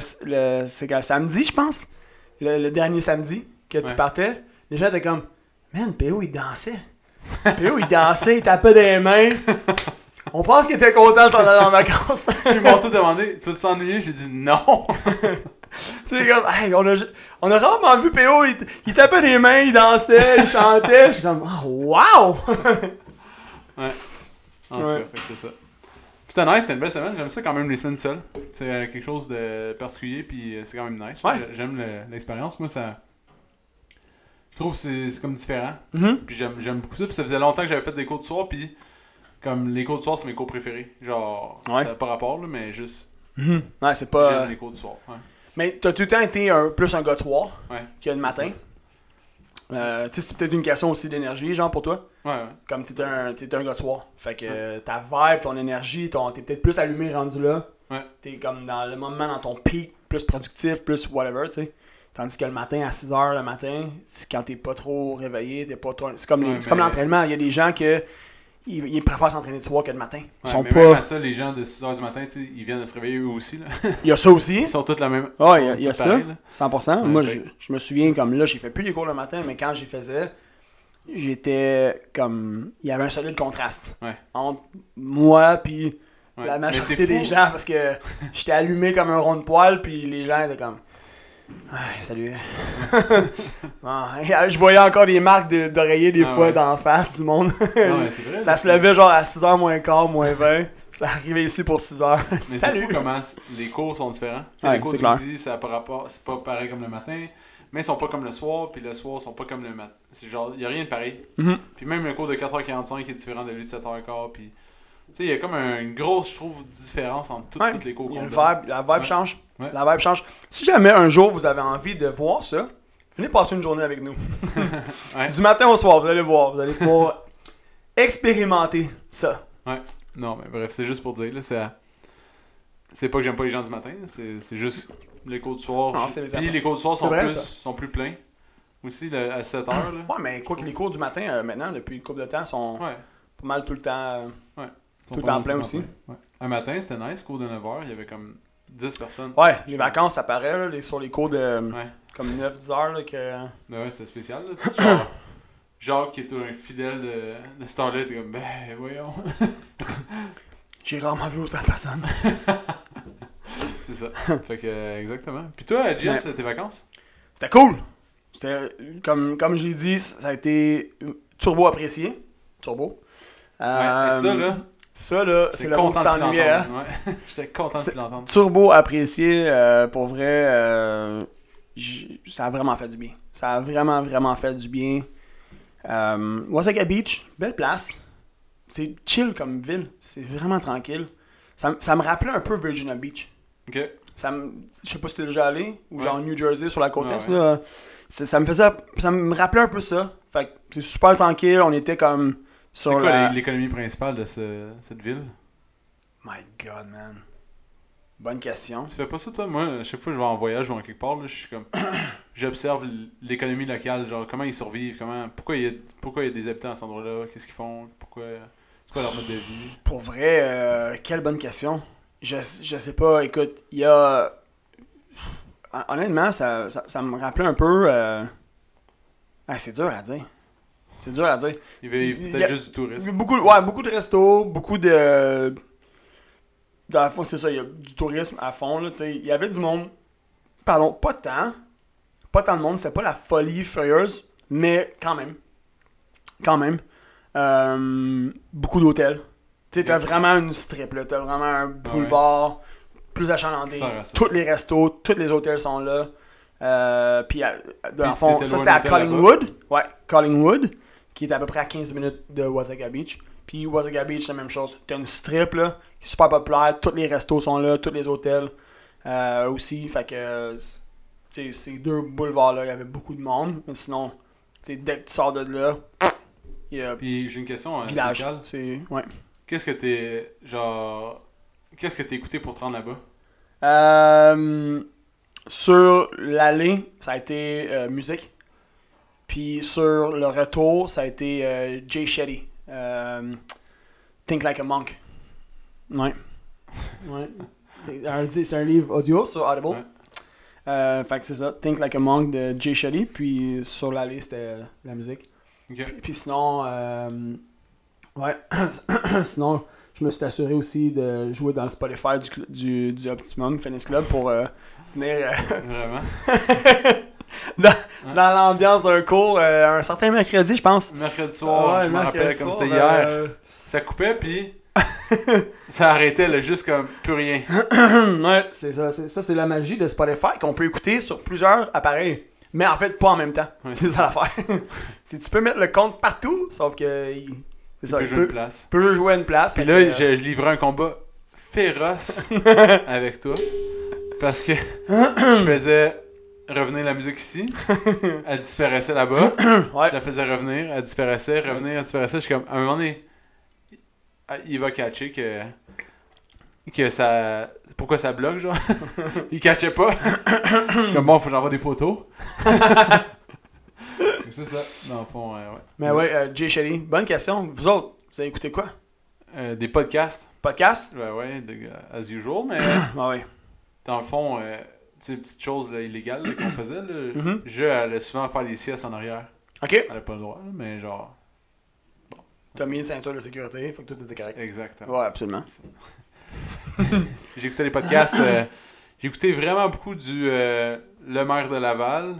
[SPEAKER 2] le- c'est quand- samedi, je pense. Le, le dernier samedi que tu
[SPEAKER 1] Ouais.
[SPEAKER 2] partais. Les gens étaient comme Man, PO, il dansait. PO, il dansait, il tapait des mains. On pense qu'il était content de s'en aller
[SPEAKER 1] [laughs]
[SPEAKER 2] en vacances.
[SPEAKER 1] Ils m'ont tout demandé Tu veux t'ennuyer J'ai dit Non
[SPEAKER 2] tu sais, comme, Hey, on, a, ju- on a rarement vu PO, il, t- il tapait des mains, il dansait, il chantait. Je suis comme, Ah, wow!
[SPEAKER 1] En tout cas,
[SPEAKER 2] Ouais.
[SPEAKER 1] fait que c'est ça. Puis C'était nice, c'était une belle semaine. J'aime ça quand même les semaines seules. C'est euh, quelque chose de particulier, puis euh, c'est quand même nice.
[SPEAKER 2] Ouais.
[SPEAKER 1] J'a- J'aime le- l'expérience. Moi, ça. Je trouve que c'est c'est comme différent.
[SPEAKER 2] Mhm.
[SPEAKER 1] Puis j'aime j'aime beaucoup ça. Puis ça faisait longtemps que j'avais fait des cours de soir. Puis comme les cours de soir, c'est mes cours préférés. Genre,
[SPEAKER 2] Ouais.
[SPEAKER 1] ça n'a pas rapport, là, mais juste,
[SPEAKER 2] Ouais, c'est pas.
[SPEAKER 1] j'aime les cours de soir. ouais.
[SPEAKER 2] Mais t'as tout le temps été un- plus un gars de soir
[SPEAKER 1] Ouais.
[SPEAKER 2] que le matin. Euh, tu sais, c'est peut-être une question aussi d'énergie, genre pour toi.
[SPEAKER 1] Ouais, ouais.
[SPEAKER 2] Comme t'es un, t'es un gars de soir. Fait que euh, ta vibe, ton énergie, ton, t'es peut-être plus allumé rendu là.
[SPEAKER 1] Ouais.
[SPEAKER 2] T'es comme dans le moment, dans ton pic, plus productif, plus whatever, tu sais. Tandis que le matin, à 6h le matin, c'est quand t'es pas trop réveillé, t'es pas trop. C'est comme, les-
[SPEAKER 1] Ouais,
[SPEAKER 2] c'est comme
[SPEAKER 1] mais-
[SPEAKER 2] l'entraînement. Il y a des gens que ils, ils préfèrent s'entraîner de soir que le matin. Ils
[SPEAKER 1] Ouais,
[SPEAKER 2] sont
[SPEAKER 1] mais même
[SPEAKER 2] pas.
[SPEAKER 1] à ça, les gens de 6h du matin, tu sais, ils viennent de se réveiller eux aussi.
[SPEAKER 2] [laughs]
[SPEAKER 1] Là.
[SPEAKER 2] Il y a ça aussi.
[SPEAKER 1] Ils sont tous la même.
[SPEAKER 2] Ah,
[SPEAKER 1] ils
[SPEAKER 2] il y
[SPEAKER 1] sont
[SPEAKER 2] a, il y a
[SPEAKER 1] tous
[SPEAKER 2] ça,
[SPEAKER 1] pareils, là.
[SPEAKER 2] 100%. Moi,
[SPEAKER 1] Ouais,
[SPEAKER 2] je, je me souviens, comme là, j'ai fait plus les cours le matin, mais quand j'y faisais, j'étais comme... Il y avait un solide contraste
[SPEAKER 1] Ouais.
[SPEAKER 2] entre moi puis
[SPEAKER 1] Ouais.
[SPEAKER 2] la
[SPEAKER 1] Mais c'est
[SPEAKER 2] majorité des
[SPEAKER 1] fou. [laughs]
[SPEAKER 2] gens, parce que j'étais allumé comme un rond de poil, puis les gens étaient comme... Ah,
[SPEAKER 1] [laughs]
[SPEAKER 2] salut. Ah, je voyais encore des marques de- d'oreiller des
[SPEAKER 1] Ah
[SPEAKER 2] fois
[SPEAKER 1] ouais. Ah
[SPEAKER 2] d'en face du monde.
[SPEAKER 1] Non, mais c'est vrai.
[SPEAKER 2] ça se levait genre à 6h moins quart, moins 20. ça arrivait ici pour 6h.
[SPEAKER 1] Mais
[SPEAKER 2] Salut!
[SPEAKER 1] c'est fou comment c- les cours sont différents. Tu sais,
[SPEAKER 2] Ouais,
[SPEAKER 1] les cours
[SPEAKER 2] c'est
[SPEAKER 1] du
[SPEAKER 2] clair.
[SPEAKER 1] midi, ça a pas rapport- c'est pas pareil comme le matin, mais ils sont pas comme le soir, puis le soir, ils sont pas comme le matin. C'est genre, il y a rien de pareil.
[SPEAKER 2] Mhm.
[SPEAKER 1] Puis même le cours de 4h45 est différent de lui de 7h15, puis... Tu sais, il y a comme un- une grosse, je trouve, différence entre toutes
[SPEAKER 2] Ouais.
[SPEAKER 1] toutes les cours
[SPEAKER 2] Il y a
[SPEAKER 1] qu'on
[SPEAKER 2] une
[SPEAKER 1] donne.
[SPEAKER 2] vibe, la vibe
[SPEAKER 1] Ouais.
[SPEAKER 2] change.
[SPEAKER 1] Ouais.
[SPEAKER 2] La vibe change. Si jamais un jour vous avez envie de voir ça, venez passer une journée avec nous.
[SPEAKER 1] [laughs] Ouais.
[SPEAKER 2] Du matin au soir, vous allez voir, vous allez pouvoir expérimenter ça.
[SPEAKER 1] Non, mais bref, c'est juste pour dire, là, c'est... à- C'est pas que j'aime pas les gens du matin, là, c'est c'est juste les cours du soir.
[SPEAKER 2] Non,
[SPEAKER 1] je-
[SPEAKER 2] c'est les
[SPEAKER 1] Puis les
[SPEAKER 2] attentes.
[SPEAKER 1] cours du soir
[SPEAKER 2] C'est
[SPEAKER 1] sont,
[SPEAKER 2] vrai,
[SPEAKER 1] plus,
[SPEAKER 2] toi.
[SPEAKER 1] sont plus pleins. Aussi, le- à 7h, là.
[SPEAKER 2] Ouais, mais quoi que les cours du matin, euh, maintenant, depuis une couple de temps, sont
[SPEAKER 1] Ouais.
[SPEAKER 2] pas mal tout le temps. euh,
[SPEAKER 1] Ils sont
[SPEAKER 2] Tout
[SPEAKER 1] pas
[SPEAKER 2] en
[SPEAKER 1] non
[SPEAKER 2] plein
[SPEAKER 1] plus
[SPEAKER 2] aussi.
[SPEAKER 1] Ouais. Un matin, c'était nice, cours de 9h, il y avait comme 10 personnes.
[SPEAKER 2] Ouais, les vacances, ça paraît, là, les- sur les cours de euh,
[SPEAKER 1] Ouais.
[SPEAKER 2] comme 9-10 heures, là, que.
[SPEAKER 1] Ben ouais, c'était spécial. Là. Tu- Genre, [coughs] Jacques, qui est un fidèle de, de Starlet, t'es comme, ben voyons. [laughs]
[SPEAKER 2] J'ai rarement vu autant de personnes.
[SPEAKER 1] C'est ça. fait que, euh, exactement. Puis toi, Jess, tes vacances
[SPEAKER 2] C'était cool! C'était, euh, comme, comme j'ai dit, ça a été turbo apprécié. Turbo. Euh,
[SPEAKER 1] Ouais. Et ça, là,
[SPEAKER 2] Ça, là, c'est
[SPEAKER 1] j'étais
[SPEAKER 2] le mot qui
[SPEAKER 1] content de
[SPEAKER 2] s'ennuyait. hein.
[SPEAKER 1] l'entendre. Ouais. [laughs] J'étais content de
[SPEAKER 2] C'était-
[SPEAKER 1] l'entendre.
[SPEAKER 2] Turbo apprécié, euh, pour vrai, euh, j- ça a vraiment fait du bien. Ça a vraiment, vraiment fait du bien. Euh, Wasaka Beach, belle place. C'est chill comme ville. C'est vraiment tranquille. Ça, m- ça me rappelait un peu Virginia Beach.
[SPEAKER 1] Ok.
[SPEAKER 2] ça me- je sais pas si t'es déjà allé ou
[SPEAKER 1] Ouais.
[SPEAKER 2] genre New Jersey sur la côte
[SPEAKER 1] Ouais,
[SPEAKER 2] est
[SPEAKER 1] ouais.
[SPEAKER 2] là, c'est- ça me faisait ça me rappelait un peu ça fait que c'est super tranquille on était comme
[SPEAKER 1] C'est
[SPEAKER 2] sur
[SPEAKER 1] quoi
[SPEAKER 2] la
[SPEAKER 1] l'é- l'économie principale de ce- cette ville
[SPEAKER 2] my god man bonne question
[SPEAKER 1] Tu fais pas ça, toi Moi, à chaque fois que je vais en voyage ou en quelque part, là, je suis comme. [clears throat] J'observe l- l'économie locale, genre comment ils survivent, comment, pourquoi il y a, pourquoi il y a des habitants à cet endroit-là, qu'est-ce qu'ils font, pourquoi, c'est quoi leur mode de vie.
[SPEAKER 2] pour vrai euh, quelle bonne question je, je sais pas écoute il y a Hon- honnêtement ça, ça, ça me rappelait un peu euh, ah, c'est dur à dire c'est dur à dire
[SPEAKER 1] Ils vivent
[SPEAKER 2] Il-
[SPEAKER 1] peut-être
[SPEAKER 2] il y a-
[SPEAKER 1] juste du tourisme.
[SPEAKER 2] Beaucoup, ouais, beaucoup de restos, beaucoup de. Dans le fond, c'est ça, il y a du tourisme à fond. Là, tu sais. il y avait du monde. Pardon, pas tant. Pas tant de monde, c'était pas la folie furieuse, mais quand même. Quand même. Euh, beaucoup d'hôtels. Tu sais, t'as
[SPEAKER 1] Ok.
[SPEAKER 2] vraiment une strip, là. T'as vraiment un boulevard plus achalandé.
[SPEAKER 1] Ça reste ça.
[SPEAKER 2] Tous les restos, tous les hôtels sont là. Euh, puis, à- dans le
[SPEAKER 1] tu
[SPEAKER 2] fond,
[SPEAKER 1] t'étais
[SPEAKER 2] ça
[SPEAKER 1] loin
[SPEAKER 2] c'était à
[SPEAKER 1] d'un hôtel
[SPEAKER 2] Collingwood. Ouais, Collingwood, qui est à peu près à 15 minutes de Wasaga Beach. Puis Wasaga Beach, c'est la même chose. T'as une strip là, qui est super populaire. Tous les restos sont là, tous les hôtels euh, aussi. Fait que, euh, c'est- tu sais, ces deux boulevards là, il y avait beaucoup de monde. Mais sinon, tu sais, dès que tu sors de là, il y a
[SPEAKER 1] Puis j'ai une question euh,
[SPEAKER 2] village.
[SPEAKER 1] spéciale.
[SPEAKER 2] C'est, ouais.
[SPEAKER 1] Qu'est-ce que t'es, genre, qu'est-ce que t'es écouté pour te rendre là-bas
[SPEAKER 2] Euh, sur l'allée, ça a été euh, musique. Puis sur le retour, ça a été euh, Jay Shetty. euh, Think Like a Monk. Ouais. ouais. C'est un- C'est un livre audio sur Audible.
[SPEAKER 1] Ouais.
[SPEAKER 2] Euh, fait que c'est ça, Think Like a Monk de Jay Shetty. Puis sur l'allée, c'était euh, la musique.
[SPEAKER 1] Ok.
[SPEAKER 2] Puis, puis sinon, euh, ouais, [clears throat] sinon, je me suis assuré aussi de jouer dans le Spotify du, cl- du, du Optimum Fitness Club pour euh, venir euh, [laughs]
[SPEAKER 1] Vraiment.
[SPEAKER 2] dans l'ambiance d'un cours euh, un certain mercredi, je pense.
[SPEAKER 1] Mercredi soir,
[SPEAKER 2] Ouais,
[SPEAKER 1] Ah, je me
[SPEAKER 2] mercredi
[SPEAKER 1] rappelle comme
[SPEAKER 2] soir,
[SPEAKER 1] c'était hier.
[SPEAKER 2] euh,
[SPEAKER 1] Ça coupait,
[SPEAKER 2] [laughs]
[SPEAKER 1] puis ça arrêtait, là, juste comme plus rien.
[SPEAKER 2] [clears throat] ouais, c'est ça, c'est, ça, c'est la magie de Spotify qu'on peut écouter sur plusieurs appareils. Mais en fait, pas en même temps.
[SPEAKER 1] Ouais.
[SPEAKER 2] C'est
[SPEAKER 1] [laughs]
[SPEAKER 2] ça l'affaire. c'est, tu peux mettre le compte partout, sauf que. il- c'est ça,
[SPEAKER 1] Plus
[SPEAKER 2] il
[SPEAKER 1] jouer une
[SPEAKER 2] peut,
[SPEAKER 1] place.
[SPEAKER 2] peut jouer à une place.
[SPEAKER 1] Puis
[SPEAKER 2] fait
[SPEAKER 1] là,
[SPEAKER 2] que,
[SPEAKER 1] je,
[SPEAKER 2] euh,
[SPEAKER 1] je livrais un combat féroce
[SPEAKER 2] [laughs]
[SPEAKER 1] avec toi. Parce
[SPEAKER 2] [clears throat]
[SPEAKER 1] que je faisais revenir la musique ici. Elle disparaissait là-bas.
[SPEAKER 2] ouais.
[SPEAKER 1] Je la faisais revenir. Elle disparaissait, revenir, elle disparaissait. Je suis comme, à un moment donné, il va catcher que. Que ça. Pourquoi ça bloque,
[SPEAKER 2] [laughs]
[SPEAKER 1] genre Il catchait pas. Je suis comme, bon, faut que j'envoie des photos.
[SPEAKER 2] [laughs]
[SPEAKER 1] C'est ça, dans le fond, euh, ouais.
[SPEAKER 2] Mais ouais, euh, Jay Shetty, bonne question. Vous autres, vous avez écouté quoi
[SPEAKER 1] Euh, des podcasts.
[SPEAKER 2] Podcast [clears throat]
[SPEAKER 1] Ben ouais, de- as usual, mais. euh,
[SPEAKER 2] Ah oui.
[SPEAKER 1] dans le fond, euh, tu sais, petites choses là, illégales là, qu'on faisait, là,
[SPEAKER 2] Mhm.
[SPEAKER 1] je allais souvent faire des siestes en arrière.
[SPEAKER 2] Ok.
[SPEAKER 1] Elle n'a pas le droit, là, mais genre.
[SPEAKER 2] T'as mis une ceinture de sécurité, faut que tout était correct.
[SPEAKER 1] Exactement.
[SPEAKER 2] Ouais, absolument.
[SPEAKER 1] J'écoutais les podcasts. euh, J'écoutais vraiment beaucoup du euh, le maire de Laval,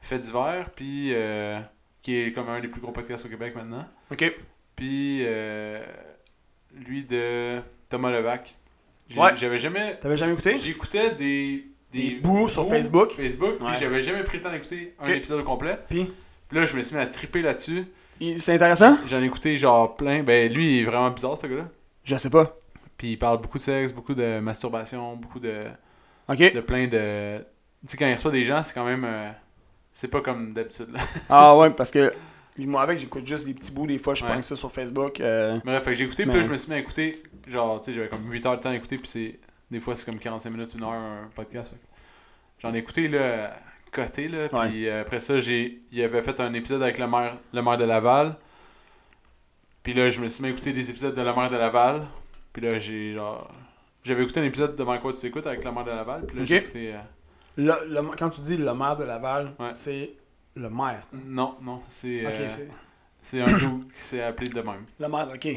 [SPEAKER 1] Fait d'hiver, puis euh, qui est comme un des plus gros podcasts au Québec maintenant.
[SPEAKER 2] Ok.
[SPEAKER 1] Puis euh, lui de Thomas Levac. J'ai-
[SPEAKER 2] Ouais.
[SPEAKER 1] J'avais jamais.
[SPEAKER 2] T'avais jamais écouté
[SPEAKER 1] J'écoutais des,
[SPEAKER 2] Des bouts sur Facebook.
[SPEAKER 1] Facebook, puis
[SPEAKER 2] Ouais.
[SPEAKER 1] j'avais jamais pris le temps d'écouter un
[SPEAKER 2] Ok.
[SPEAKER 1] épisode au complet.
[SPEAKER 2] Puis?
[SPEAKER 1] Puis là, je me suis mis à triper là-dessus.
[SPEAKER 2] Il- C'est intéressant
[SPEAKER 1] J'en ai écouté genre plein. Ben lui, il est vraiment bizarre ce gars-là.
[SPEAKER 2] Je sais pas.
[SPEAKER 1] Puis il parle beaucoup de sexe, beaucoup de masturbation, beaucoup de,
[SPEAKER 2] Ok.
[SPEAKER 1] [laughs] de plein de. Tu sais, quand il reçoit des gens, c'est quand même. euh, c'est pas comme d'habitude. là.
[SPEAKER 2] Ah ouais, parce que moi avec, j'écoute juste des petits bouts des fois, je
[SPEAKER 1] Ouais.
[SPEAKER 2] prends ça sur Facebook. euh,
[SPEAKER 1] Bref, fait que j'ai écouté, puis là,
[SPEAKER 2] Mais-
[SPEAKER 1] je me suis mis à écouter. Genre, tu sais, j'avais comme 8 heures de temps à écouter, puis c'est. Des fois, c'est comme 45 minutes, une heure, un podcast. fait que J'en ai écouté, là, côté, là.
[SPEAKER 2] Ouais.
[SPEAKER 1] Puis euh, après ça, j'ai. Il avait fait un épisode avec le maire, le maire de Laval. Puis là, je me suis mis à écouter des épisodes de le maire de Laval. Puis là, j'ai genre. J'avais écouté un épisode devant quoi tu t'écoutes avec le maire de Laval. Puis là,
[SPEAKER 2] Ok.
[SPEAKER 1] j'ai écouté. euh,
[SPEAKER 2] le- le- quand tu dis le maire de Laval,
[SPEAKER 1] Ouais.
[SPEAKER 2] c'est le maire.
[SPEAKER 1] Non, non, c'est. euh,
[SPEAKER 2] Ok, c'est
[SPEAKER 1] c'est un doux qui s'est appelé de même.
[SPEAKER 2] le maire, ok.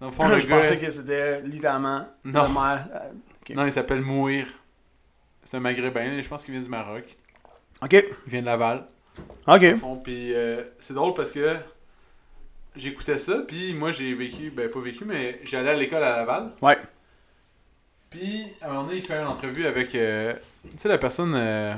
[SPEAKER 1] Dans
[SPEAKER 2] [laughs]
[SPEAKER 1] le fond, le
[SPEAKER 2] je
[SPEAKER 1] gars-
[SPEAKER 2] pensais que c'était littéralement
[SPEAKER 1] Non.
[SPEAKER 2] le maire. euh, Ok.
[SPEAKER 1] Non, il s'appelle Mouir. C'est un maghrébin, je pense qu'il vient du Maroc.
[SPEAKER 2] Ok.
[SPEAKER 1] Il vient de Laval.
[SPEAKER 2] Ok.
[SPEAKER 1] Au fond, Puis euh, c'est drôle parce que j'écoutais ça, puis moi j'ai vécu, ben pas vécu, mais j'allais à l'école à Laval.
[SPEAKER 2] Ouais.
[SPEAKER 1] Puis à un moment donné, il fait une entrevue avec, euh, tu sais, la personne euh,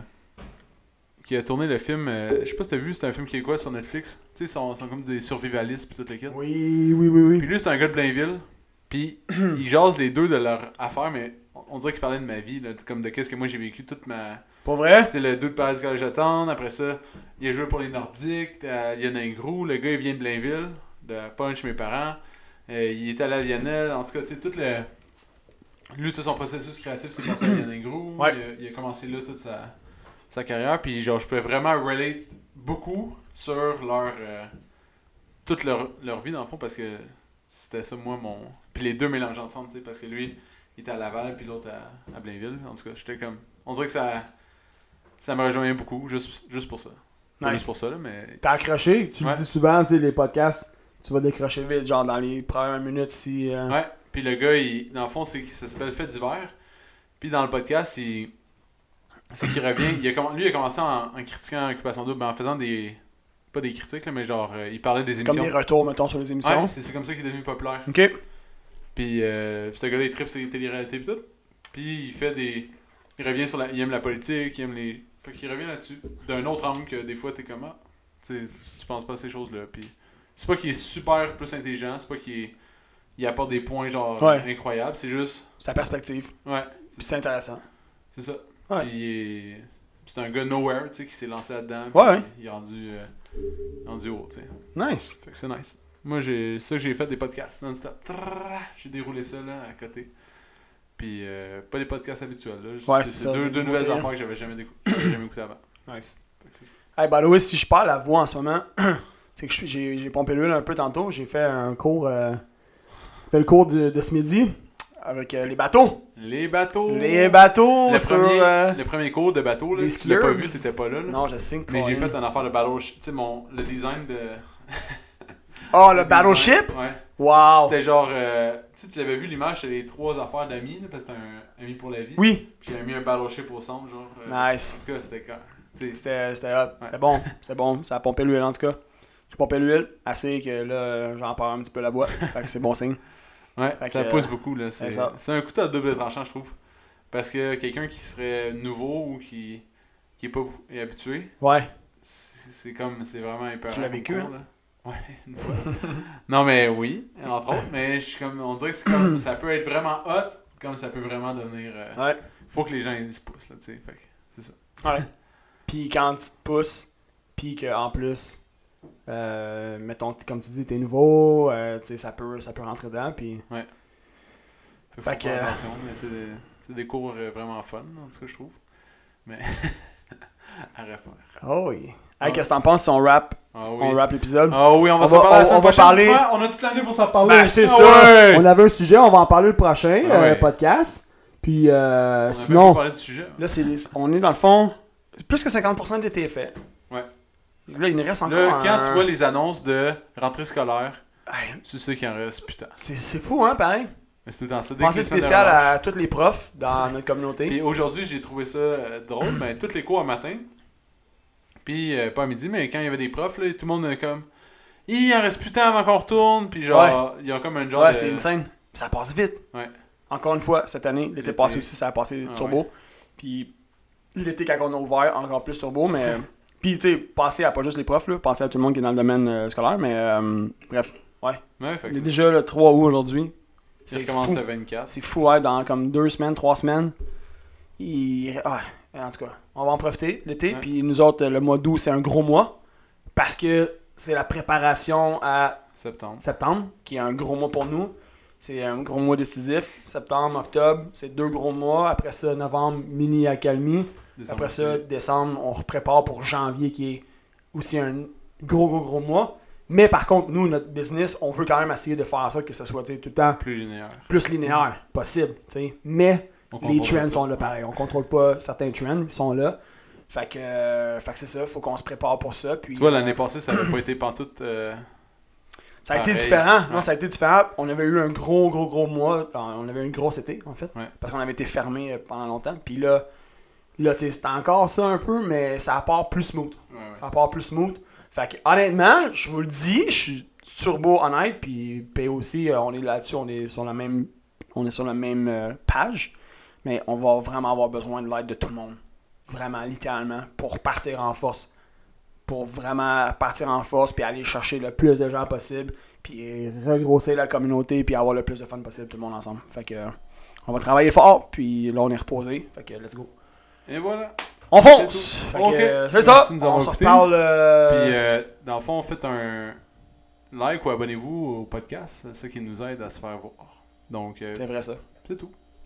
[SPEAKER 1] qui a tourné le film, euh, je sais pas si t'as vu, c'est un film québécois sur Netflix. Tu sais, ils sont, sont comme des survivalistes, puis tout le kit.
[SPEAKER 2] Oui, oui, oui,
[SPEAKER 1] Puis
[SPEAKER 2] oui.
[SPEAKER 1] lui, c'est un gars de Blainville. Puis [clears throat] ils jasent les deux de leur affaire, mais on- on dirait qu'ils parlaient de ma vie, là, comme de qu'est-ce que moi j'ai vécu toute ma.
[SPEAKER 2] Pour vrai?
[SPEAKER 1] Tu sais, le 2 de Paris Collège de Tendre. Après ça, il a joué pour les Nordiques, à Lyon-Ingrou. Le gars, il vient de Blainville, de Punch, mes parents. Euh, il est allé à Lionel. En tout cas, tu sais, tout le. Lui, tout son processus créatif s'est passé à Lyon-Ingrou.
[SPEAKER 2] Ouais.
[SPEAKER 1] Il, a- il a commencé là toute sa, sa carrière. Puis, genre, je peux vraiment relate beaucoup sur leur. euh, toute leur, leur vie, dans le fond, parce que c'était ça, moi, mon. Puis les deux mélangés ensemble, tu sais, parce que lui, il était à Laval, puis l'autre à, à Blainville. En tout cas, j'étais comme. On dirait que ça. Ça me rejoignait beaucoup, juste, juste pour ça. Pas Juste
[SPEAKER 2] Nice.
[SPEAKER 1] pour ça, là, mais.
[SPEAKER 2] T'as accroché? Tu
[SPEAKER 1] Ouais.
[SPEAKER 2] le dis souvent, tu sais, les podcasts, tu vas décrocher vite, genre dans les premières minutes si. euh,
[SPEAKER 1] Ouais. Puis le gars, il, dans le fond, c'est, ça s'appelle Fait d'hiver. Puis dans le podcast, il, c'est qu'il revient. Il a, comm- lui, il a commencé en, en critiquant Occupation Double, ben, en faisant des. Pas des critiques, là, mais genre, euh, il parlait des
[SPEAKER 2] Comme
[SPEAKER 1] émissions.
[SPEAKER 2] des retours, mettons, sur les émissions.
[SPEAKER 1] Ouais, c'est, c'est comme ça qu'il est devenu populaire.
[SPEAKER 2] Ok.
[SPEAKER 1] Puis euh, puis ce gars-là, il tripe sur les téléréalités et tout. Puis il fait des. Il revient sur la. Il aime la politique, il aime les. Fait qu'il revient là-dessus. D'un autre angle que des fois, t'es comme. Ah, tu sais, tu penses pas à ces choses-là. Puis c'est pas qu'il est super plus intelligent, c'est pas qu'il est- Il apporte des points genre
[SPEAKER 2] Ouais.
[SPEAKER 1] incroyables, c'est juste.
[SPEAKER 2] Sa perspective.
[SPEAKER 1] Ouais,
[SPEAKER 2] Puis c'est intéressant.
[SPEAKER 1] c'est ça.
[SPEAKER 2] Ouais.
[SPEAKER 1] Puis il est- C'est un gars nowhere, tu sais, qui s'est lancé là-dedans.
[SPEAKER 2] Ouais,
[SPEAKER 1] puis
[SPEAKER 2] ouais.
[SPEAKER 1] Il est rendu. euh, rendu haut, tu sais.
[SPEAKER 2] Nice.
[SPEAKER 1] Fait que c'est nice. Moi, j'ai ça, j'ai fait des podcasts non-stop. Trrrrrrr, J'ai déroulé ça là, à côté. Puis, euh, pas des podcasts habituels. Là. J-
[SPEAKER 2] Ouais,
[SPEAKER 1] c'est
[SPEAKER 2] c'est ça,
[SPEAKER 1] deux,
[SPEAKER 2] des
[SPEAKER 1] deux
[SPEAKER 2] nouveaux
[SPEAKER 1] nouvelles
[SPEAKER 2] terrains.
[SPEAKER 1] affaires que j'avais jamais, décou- [clears throat] j'avais jamais écoutées avant.
[SPEAKER 2] Nice.
[SPEAKER 1] Fait que c'est ça.
[SPEAKER 2] Hey, by the way, si je parle à voix en ce moment, [clears throat] c'est que je suis- j'ai j'ai pompé l'huile un peu tantôt. J'ai fait un cours. euh, j'ai fait le cours de, de ce midi avec euh, les bateaux.
[SPEAKER 1] Les bateaux.
[SPEAKER 2] Les bateaux
[SPEAKER 1] Oh. Le
[SPEAKER 2] sur.
[SPEAKER 1] premier,
[SPEAKER 2] euh,
[SPEAKER 1] le premier cours de bateau, là,
[SPEAKER 2] les
[SPEAKER 1] si tu l'as pas
[SPEAKER 2] skieurs.
[SPEAKER 1] vu, c'était pas là. là.
[SPEAKER 2] Non, je sais que
[SPEAKER 1] Mais j'ai
[SPEAKER 2] Colin.
[SPEAKER 1] fait une affaire de battle. Tu sais, mon- le design de.
[SPEAKER 2] Oh, le
[SPEAKER 1] design-
[SPEAKER 2] battleship? Ah.
[SPEAKER 1] Ouais.
[SPEAKER 2] Wow!
[SPEAKER 1] C'était genre. euh, tu sais, tu l'avais vu l'image, c'est les trois affaires d'amis, là, parce que c'était un ami pour la vie.
[SPEAKER 2] Oui!
[SPEAKER 1] Puis j'avais mis un battleship au centre, genre. euh,
[SPEAKER 2] Nice.
[SPEAKER 1] En tout cas, c'était quand. tu sais,
[SPEAKER 2] C'était c'était hot. C'était bon. C'était bon. Ça a pompé l'huile en tout cas. J'ai pompé l'huile assez que là, j'en perds un petit peu la [laughs] voix. fait que c'est bon signe.
[SPEAKER 1] Ouais,
[SPEAKER 2] Fait
[SPEAKER 1] ça
[SPEAKER 2] que,
[SPEAKER 1] pousse beaucoup. là. C'est
[SPEAKER 2] c'est ça.
[SPEAKER 1] c'est un coup à double tranchant, je trouve. Parce que quelqu'un qui serait nouveau ou qui, qui est pas est habitué,
[SPEAKER 2] Ouais.
[SPEAKER 1] c'est c'est comme, c'est vraiment hyper.
[SPEAKER 2] Tu l'as vécu,
[SPEAKER 1] Ouais, [laughs] une fois. non, mais oui, entre autres. Mais je suis comme, on dirait que c'est
[SPEAKER 2] [clears throat]
[SPEAKER 1] comme, ça peut être vraiment hot, comme ça peut vraiment devenir. euh,
[SPEAKER 2] Ouais.
[SPEAKER 1] Faut que les gens ils se poussent, là, tu sais. Fait que c'est ça.
[SPEAKER 2] Ouais. puis quand tu te pousses, puis qu'en plus, euh, mettons, t- comme tu dis, t'es nouveau, euh, tu sais, ça peut, ça peut rentrer dedans. Puis
[SPEAKER 1] Fait,
[SPEAKER 2] Fait
[SPEAKER 1] faut faire
[SPEAKER 2] que- euh,
[SPEAKER 1] attention, mais c'est des, c'est des cours euh, vraiment fun, en tout cas, je trouve. Mais [laughs] à refaire.
[SPEAKER 2] Oh oui. Hey,
[SPEAKER 1] Ouais.
[SPEAKER 2] qu'est-ce que t'en penses si on rap,
[SPEAKER 1] Ah oui.
[SPEAKER 2] on rap l'épisode?
[SPEAKER 1] Ah oui, on va
[SPEAKER 2] On
[SPEAKER 1] s'en
[SPEAKER 2] va-
[SPEAKER 1] parler la
[SPEAKER 2] on-
[SPEAKER 1] semaine
[SPEAKER 2] on va
[SPEAKER 1] prochaine.
[SPEAKER 2] parler-
[SPEAKER 1] Ouais, on a toute l'année pour s'en parler.
[SPEAKER 2] Ben, c'est
[SPEAKER 1] Ah
[SPEAKER 2] ça.
[SPEAKER 1] ouais.
[SPEAKER 2] On avait un sujet, on va en parler le prochain
[SPEAKER 1] Ah ouais.
[SPEAKER 2] euh, podcast. Puis euh,
[SPEAKER 1] On avait
[SPEAKER 2] sinon.
[SPEAKER 1] pas parlé du sujet.
[SPEAKER 2] Là, c'est les- on est dans le fond, plus que 50% de l'été est fait.
[SPEAKER 1] Ouais.
[SPEAKER 2] Là, il nous reste encore
[SPEAKER 1] Là, quand
[SPEAKER 2] un-
[SPEAKER 1] tu vois les annonces de rentrée scolaire,
[SPEAKER 2] Hey,
[SPEAKER 1] tu sais qu'il en reste putain.
[SPEAKER 2] C'est c'est fou, hein, pareil?
[SPEAKER 1] Mais c'est tout le temps ça. Dès que
[SPEAKER 2] Pensée
[SPEAKER 1] les semaines de
[SPEAKER 2] spéciale
[SPEAKER 1] relâche.
[SPEAKER 2] à tous les profs dans notre communauté.
[SPEAKER 1] Puis aujourd'hui, j'ai trouvé ça euh, drôle, mais toutes les cours à matin. Puis euh, pas à midi, mais quand il y avait des profs, là, tout le monde est comme Il en reste plus de temps avant qu'on retourne. Puis genre, il y a comme un genre.
[SPEAKER 2] Ouais,
[SPEAKER 1] de-
[SPEAKER 2] c'est une scène. Ça passe vite.
[SPEAKER 1] Ouais.
[SPEAKER 2] Encore une fois, cette année, l'été
[SPEAKER 1] L'été.
[SPEAKER 2] passé aussi, ça a passé
[SPEAKER 1] Ah
[SPEAKER 2] turbo. Puis l'été, quand on a ouvert, encore plus
[SPEAKER 1] [laughs]
[SPEAKER 2] turbo. Mais puis, tu sais, penser à pas juste les profs, là, penser à tout le monde qui est dans le domaine euh, scolaire. Mais euh, bref,
[SPEAKER 1] Ouais, fait
[SPEAKER 2] il
[SPEAKER 1] que
[SPEAKER 2] est déjà le 3 août aujourd'hui.
[SPEAKER 1] ça
[SPEAKER 2] C'est
[SPEAKER 1] recommence
[SPEAKER 2] fou.
[SPEAKER 1] le 24.
[SPEAKER 2] C'est fou, ouais, dans comme deux semaines, trois semaines. Il- ah, en tout cas, on va en profiter l'été.
[SPEAKER 1] Ouais.
[SPEAKER 2] Puis nous autres, le mois d'août, c'est un gros mois. Parce que c'est la préparation à
[SPEAKER 1] Septembre.
[SPEAKER 2] septembre, qui est un gros mois pour nous. C'est un gros mois décisif. Septembre, octobre, c'est deux gros mois. Après ça, novembre, mini accalmie.
[SPEAKER 1] décembre.
[SPEAKER 2] Après ça, décembre, on prépare pour janvier, qui est aussi un gros, gros, gros mois. Mais par contre, nous, notre business, on veut quand même essayer de faire ça, que ce soit tu sais, tout le temps
[SPEAKER 1] Plus linéaire.
[SPEAKER 2] plus linéaire possible. tu sais. Mais
[SPEAKER 1] On
[SPEAKER 2] les
[SPEAKER 1] contrôle
[SPEAKER 2] trends
[SPEAKER 1] pas.
[SPEAKER 2] sont là pareil. On contrôle pas certains trends, ils sont là. Fait que, euh, fait que c'est ça, faut qu'on se prépare pour ça. Puis,
[SPEAKER 1] Tu vois, l'année passée, ça n'avait pas été pantoute. euh,
[SPEAKER 2] Ça a été
[SPEAKER 1] Pareil.
[SPEAKER 2] différent. Non,
[SPEAKER 1] Ouais.
[SPEAKER 2] ça a été différent. On avait eu un gros, gros, gros mois. Enfin, On avait eu une grosse été, en fait.
[SPEAKER 1] Ouais.
[SPEAKER 2] Parce qu'on avait été fermé euh, pendant longtemps. Puis là, là tu sais, c'était encore ça un peu, mais ça part plus smooth.
[SPEAKER 1] Ouais, ouais.
[SPEAKER 2] Ça part plus smooth. Fait que, honnêtement, je vous le dis, je suis turbo honnête. Puis PO aussi, euh, on est là-dessus, on est sur la même, on est sur la même euh, page. Mais on va vraiment avoir besoin de l'aide de tout le monde. Vraiment, littéralement, pour partir en force. Pour vraiment partir en force, puis aller chercher le plus de gens possible puis regrossir la communauté, puis avoir le plus de fun possible tout le monde ensemble. Fait que euh, on va travailler fort, puis là on est reposé. Fait que let's go.
[SPEAKER 1] Et voilà.
[SPEAKER 2] On fonce.
[SPEAKER 1] C'est tout.
[SPEAKER 2] Fait que,
[SPEAKER 1] Ok.
[SPEAKER 2] euh, c'est ça.
[SPEAKER 1] Merci de nous
[SPEAKER 2] On
[SPEAKER 1] avoir
[SPEAKER 2] se
[SPEAKER 1] écoutés.
[SPEAKER 2] reparle. euh,
[SPEAKER 1] Puis, euh, dans le fond, faites un like ou abonnez-vous au podcast. C'est ça qui nous aide à se faire voir. Donc, euh,
[SPEAKER 2] C'est vrai ça.
[SPEAKER 1] c'est tout.